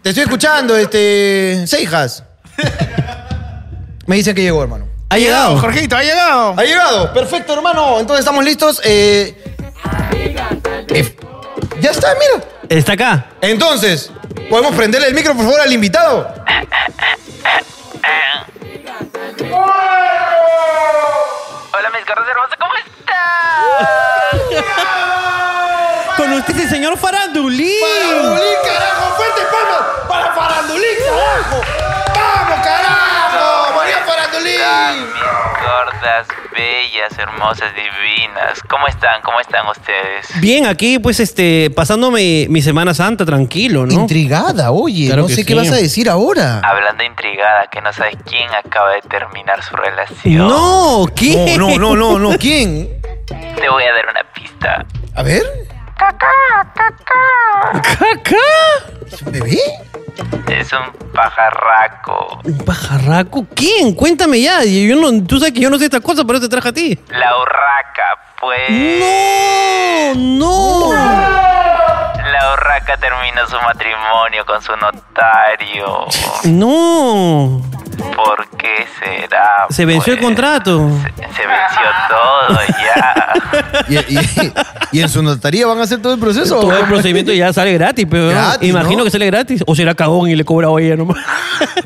[SPEAKER 7] te estoy escuchando, este. Seijas. Me dicen que llegó, hermano.
[SPEAKER 3] Ha llegado.
[SPEAKER 6] Jorgito, ha llegado.
[SPEAKER 7] Ha llegado, perfecto, hermano. Entonces estamos listos. eh, eh, ya está, mira.
[SPEAKER 3] Está acá.
[SPEAKER 7] Entonces, ¿podemos prenderle el micro, por favor, al invitado?
[SPEAKER 8] Hola mis garras hermosas, ¿cómo están?
[SPEAKER 3] Con usted el señor Farandulí.
[SPEAKER 7] ¡Farandulín, carajo! ¡Fuerte palmas para Farandulín, carajo! ¡Vamos, carajo! ¡María Farandulín!
[SPEAKER 8] Mis gordas, bellas, hermosas, divinas. ¿Cómo están? ¿Cómo están ustedes?
[SPEAKER 3] Bien, aquí pues este, pasándome mi Semana Santa tranquilo, ¿no?
[SPEAKER 7] Intrigada, oye.
[SPEAKER 3] Claro
[SPEAKER 7] no
[SPEAKER 3] que
[SPEAKER 7] sé qué
[SPEAKER 3] sí.
[SPEAKER 7] vas a decir ahora.
[SPEAKER 8] Hablando intrigada, que no sabes quién acaba de terminar su relación.
[SPEAKER 3] No, ¿qué?
[SPEAKER 7] No, no, no, no, no. ¿Quién?
[SPEAKER 8] Te voy a dar una pista.
[SPEAKER 7] A ver.
[SPEAKER 3] ¿Caca?
[SPEAKER 7] ¿Es un bebé?
[SPEAKER 8] Es un pajarraco.
[SPEAKER 3] ¿Un pajarraco? ¿Quién? Cuéntame ya. Yo no, tú sabes que yo no sé estas cosas, pero te traje a ti.
[SPEAKER 8] La urraca, pues.
[SPEAKER 3] ¡No! ¡No!
[SPEAKER 8] La urraca terminó su matrimonio con su notario.
[SPEAKER 3] ¡No!
[SPEAKER 8] ¿Por qué será?
[SPEAKER 3] Se venció el
[SPEAKER 8] pues?
[SPEAKER 3] contrato.
[SPEAKER 8] Se, se venció todo ya.
[SPEAKER 7] ¿Y, y- y en su notaría van a hacer todo el proceso?
[SPEAKER 3] Todo el procedimiento ya sale gratis, pero
[SPEAKER 7] Gratis,
[SPEAKER 3] imagino
[SPEAKER 7] ¿no?
[SPEAKER 3] que sale gratis. O será cagón y le cobra a ella nomás.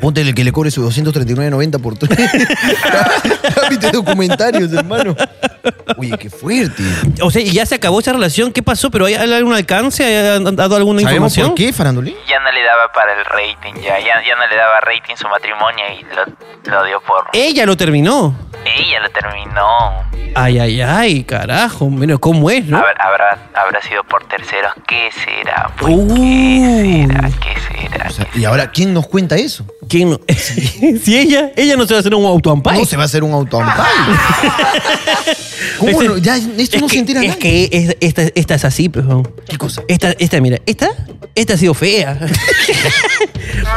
[SPEAKER 7] Ponte el que le cobre sus 239.90 por tres. Cámbiate documentarios, hermano. Oye, qué fuerte.
[SPEAKER 3] O sea, y ya se acabó esa relación. ¿Qué pasó? ¿Pero hay hay algún alcance? ¿Han han dado alguna
[SPEAKER 7] ¿Sabemos
[SPEAKER 3] información?
[SPEAKER 7] por qué, Farandulín?
[SPEAKER 8] ya no le daba para el rating, ya, ya, ya no le daba rating su matrimonio y lo, lo dio por...
[SPEAKER 3] Ella lo terminó.
[SPEAKER 8] Ella lo terminó.
[SPEAKER 3] Ay, ay, ay, carajo. Mira, ¿cómo es, no?
[SPEAKER 8] Habrá, habrá, habrá sido por terceros. ¿Qué será? Pues,
[SPEAKER 3] Uh.
[SPEAKER 8] ¿Qué será? ¿Qué será?
[SPEAKER 7] O sea, y ahora, ¿quién nos cuenta eso?
[SPEAKER 3] ¿Quién no? si ella, ella no se va a hacer un autoampay.
[SPEAKER 7] No se va a hacer un autoampay. ¿Cómo
[SPEAKER 3] Este-
[SPEAKER 7] no? Ya, esto
[SPEAKER 3] es
[SPEAKER 7] no
[SPEAKER 3] que,
[SPEAKER 7] se entera
[SPEAKER 3] Es
[SPEAKER 7] nadie.
[SPEAKER 3] que es- esta, esta es así, pero.
[SPEAKER 7] ¿Qué cosa?
[SPEAKER 3] Esta, esta, mira, esta, esta ha sido fea.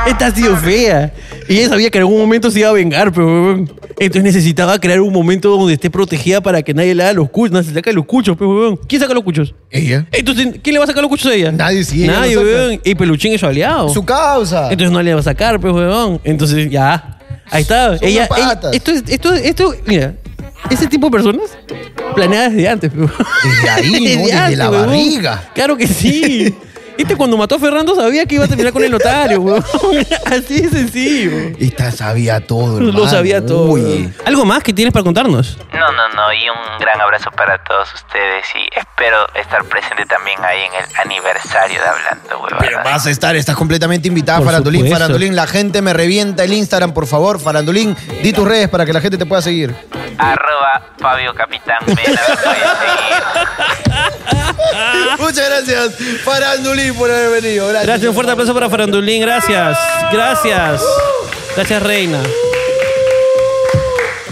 [SPEAKER 3] esta ha sido fea. Y ella sabía que en algún momento se iba a vengar, pero. Entonces necesitaba crear un momento donde esté protegida para que nadie le haga los cuchos. Nadie se saca los cuchos, pero. weón. ¿Quién saca los cuchos?
[SPEAKER 7] Ella.
[SPEAKER 3] Entonces, ¿quién le va a sacar los cuchos a ella?
[SPEAKER 7] Nadie, sí, ella
[SPEAKER 3] Nadie,
[SPEAKER 7] lo saca.
[SPEAKER 3] weón. Y Peluchín es su aliado.
[SPEAKER 7] Su
[SPEAKER 2] Ah.
[SPEAKER 7] causa.
[SPEAKER 3] Entonces no le va a sacar, pues, huevón. Entonces, ya. Ahí está.
[SPEAKER 7] Son
[SPEAKER 3] Ella,
[SPEAKER 7] unas
[SPEAKER 3] ella-
[SPEAKER 7] patas.
[SPEAKER 3] esto, es- esto, esto, mira. ese tipo de personas planeadas desde antes. pe.
[SPEAKER 2] Desde ahí, ¿no? Desde la
[SPEAKER 3] pe, huevón.
[SPEAKER 2] barriga.
[SPEAKER 3] Claro que sí. Este cuando mató a Fernando sabía que iba a terminar con el notario, huevón. Así de sencillo.
[SPEAKER 2] Esta sabía todo, hermano.
[SPEAKER 3] Lo sabía todo.
[SPEAKER 2] Oye.
[SPEAKER 3] ¿Algo más que tienes para contarnos?
[SPEAKER 8] No, no, no, y un gran abrazo para todos ustedes y espero estar presente también ahí en el aniversario de Hablando
[SPEAKER 2] Pero
[SPEAKER 8] Huevadas.
[SPEAKER 2] vas a estar, estás completamente invitada,
[SPEAKER 3] Por
[SPEAKER 2] Farandulín.
[SPEAKER 3] supuesto.
[SPEAKER 2] Farandulín, la gente me revienta el Instagram, por favor. Farandulín, di tus redes para que la gente te pueda seguir.
[SPEAKER 8] Arroba Fabio Capitán Mena, me pueden seguir.
[SPEAKER 2] Muchas gracias, Farandulín, por haber venido. Gracias.
[SPEAKER 3] Ah. Gracias, un fuerte aplauso para Farandulín. Gracias, gracias. Gracias, Reina.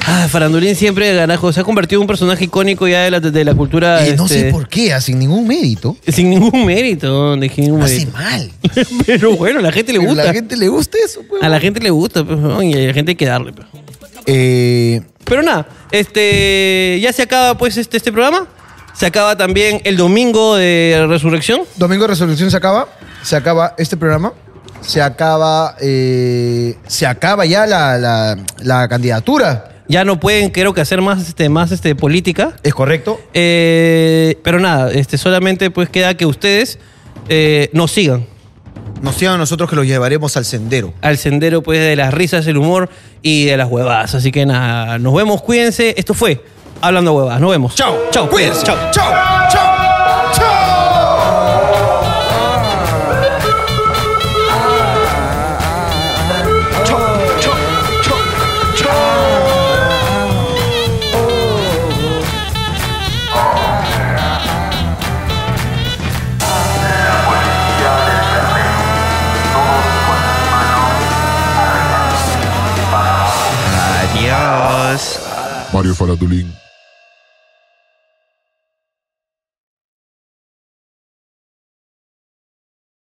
[SPEAKER 3] Ah, Farandulín siempre ganajo. Se ha convertido en un personaje icónico ya de la, de la cultura.
[SPEAKER 2] Y no
[SPEAKER 3] este,
[SPEAKER 2] sé por qué, ah, sin ningún mérito,
[SPEAKER 3] Sin ningún mérito, de ningún
[SPEAKER 2] hace
[SPEAKER 3] mérito.
[SPEAKER 2] mal.
[SPEAKER 3] Pero bueno, a la gente le
[SPEAKER 2] Pero
[SPEAKER 3] gusta.
[SPEAKER 2] A Ah, pues. la gente le gusta eso, pues.
[SPEAKER 3] A la gente le gusta, pues, ¿no? y a la gente hay que darle. pues.
[SPEAKER 2] Eh,
[SPEAKER 3] Pero nada, este, ya se acaba pues este, este programa. Se acaba también el domingo de Resurrección.
[SPEAKER 2] Domingo de Resolución se acaba. Se acaba este programa. Se acaba. eh, se acaba ya la, la- la candidatura.
[SPEAKER 3] Ya no pueden, creo que hacer más, este, más este, política.
[SPEAKER 2] ¿Es correcto?
[SPEAKER 3] Eh, pero nada, este, solamente pues queda que ustedes eh, nos sigan
[SPEAKER 2] Nos sigan a nosotros que los llevaremos al sendero.
[SPEAKER 3] al sendero pues de las risas, el humor y de las huevadas. Así que nada, nos vemos, cuídense. Esto fue Hablando Huevadas. Nos vemos. Chao. Chao. Cuídense. Chao.
[SPEAKER 2] ¡Chao! ¡Chao! ¡Chao!
[SPEAKER 9] Mario Faratulín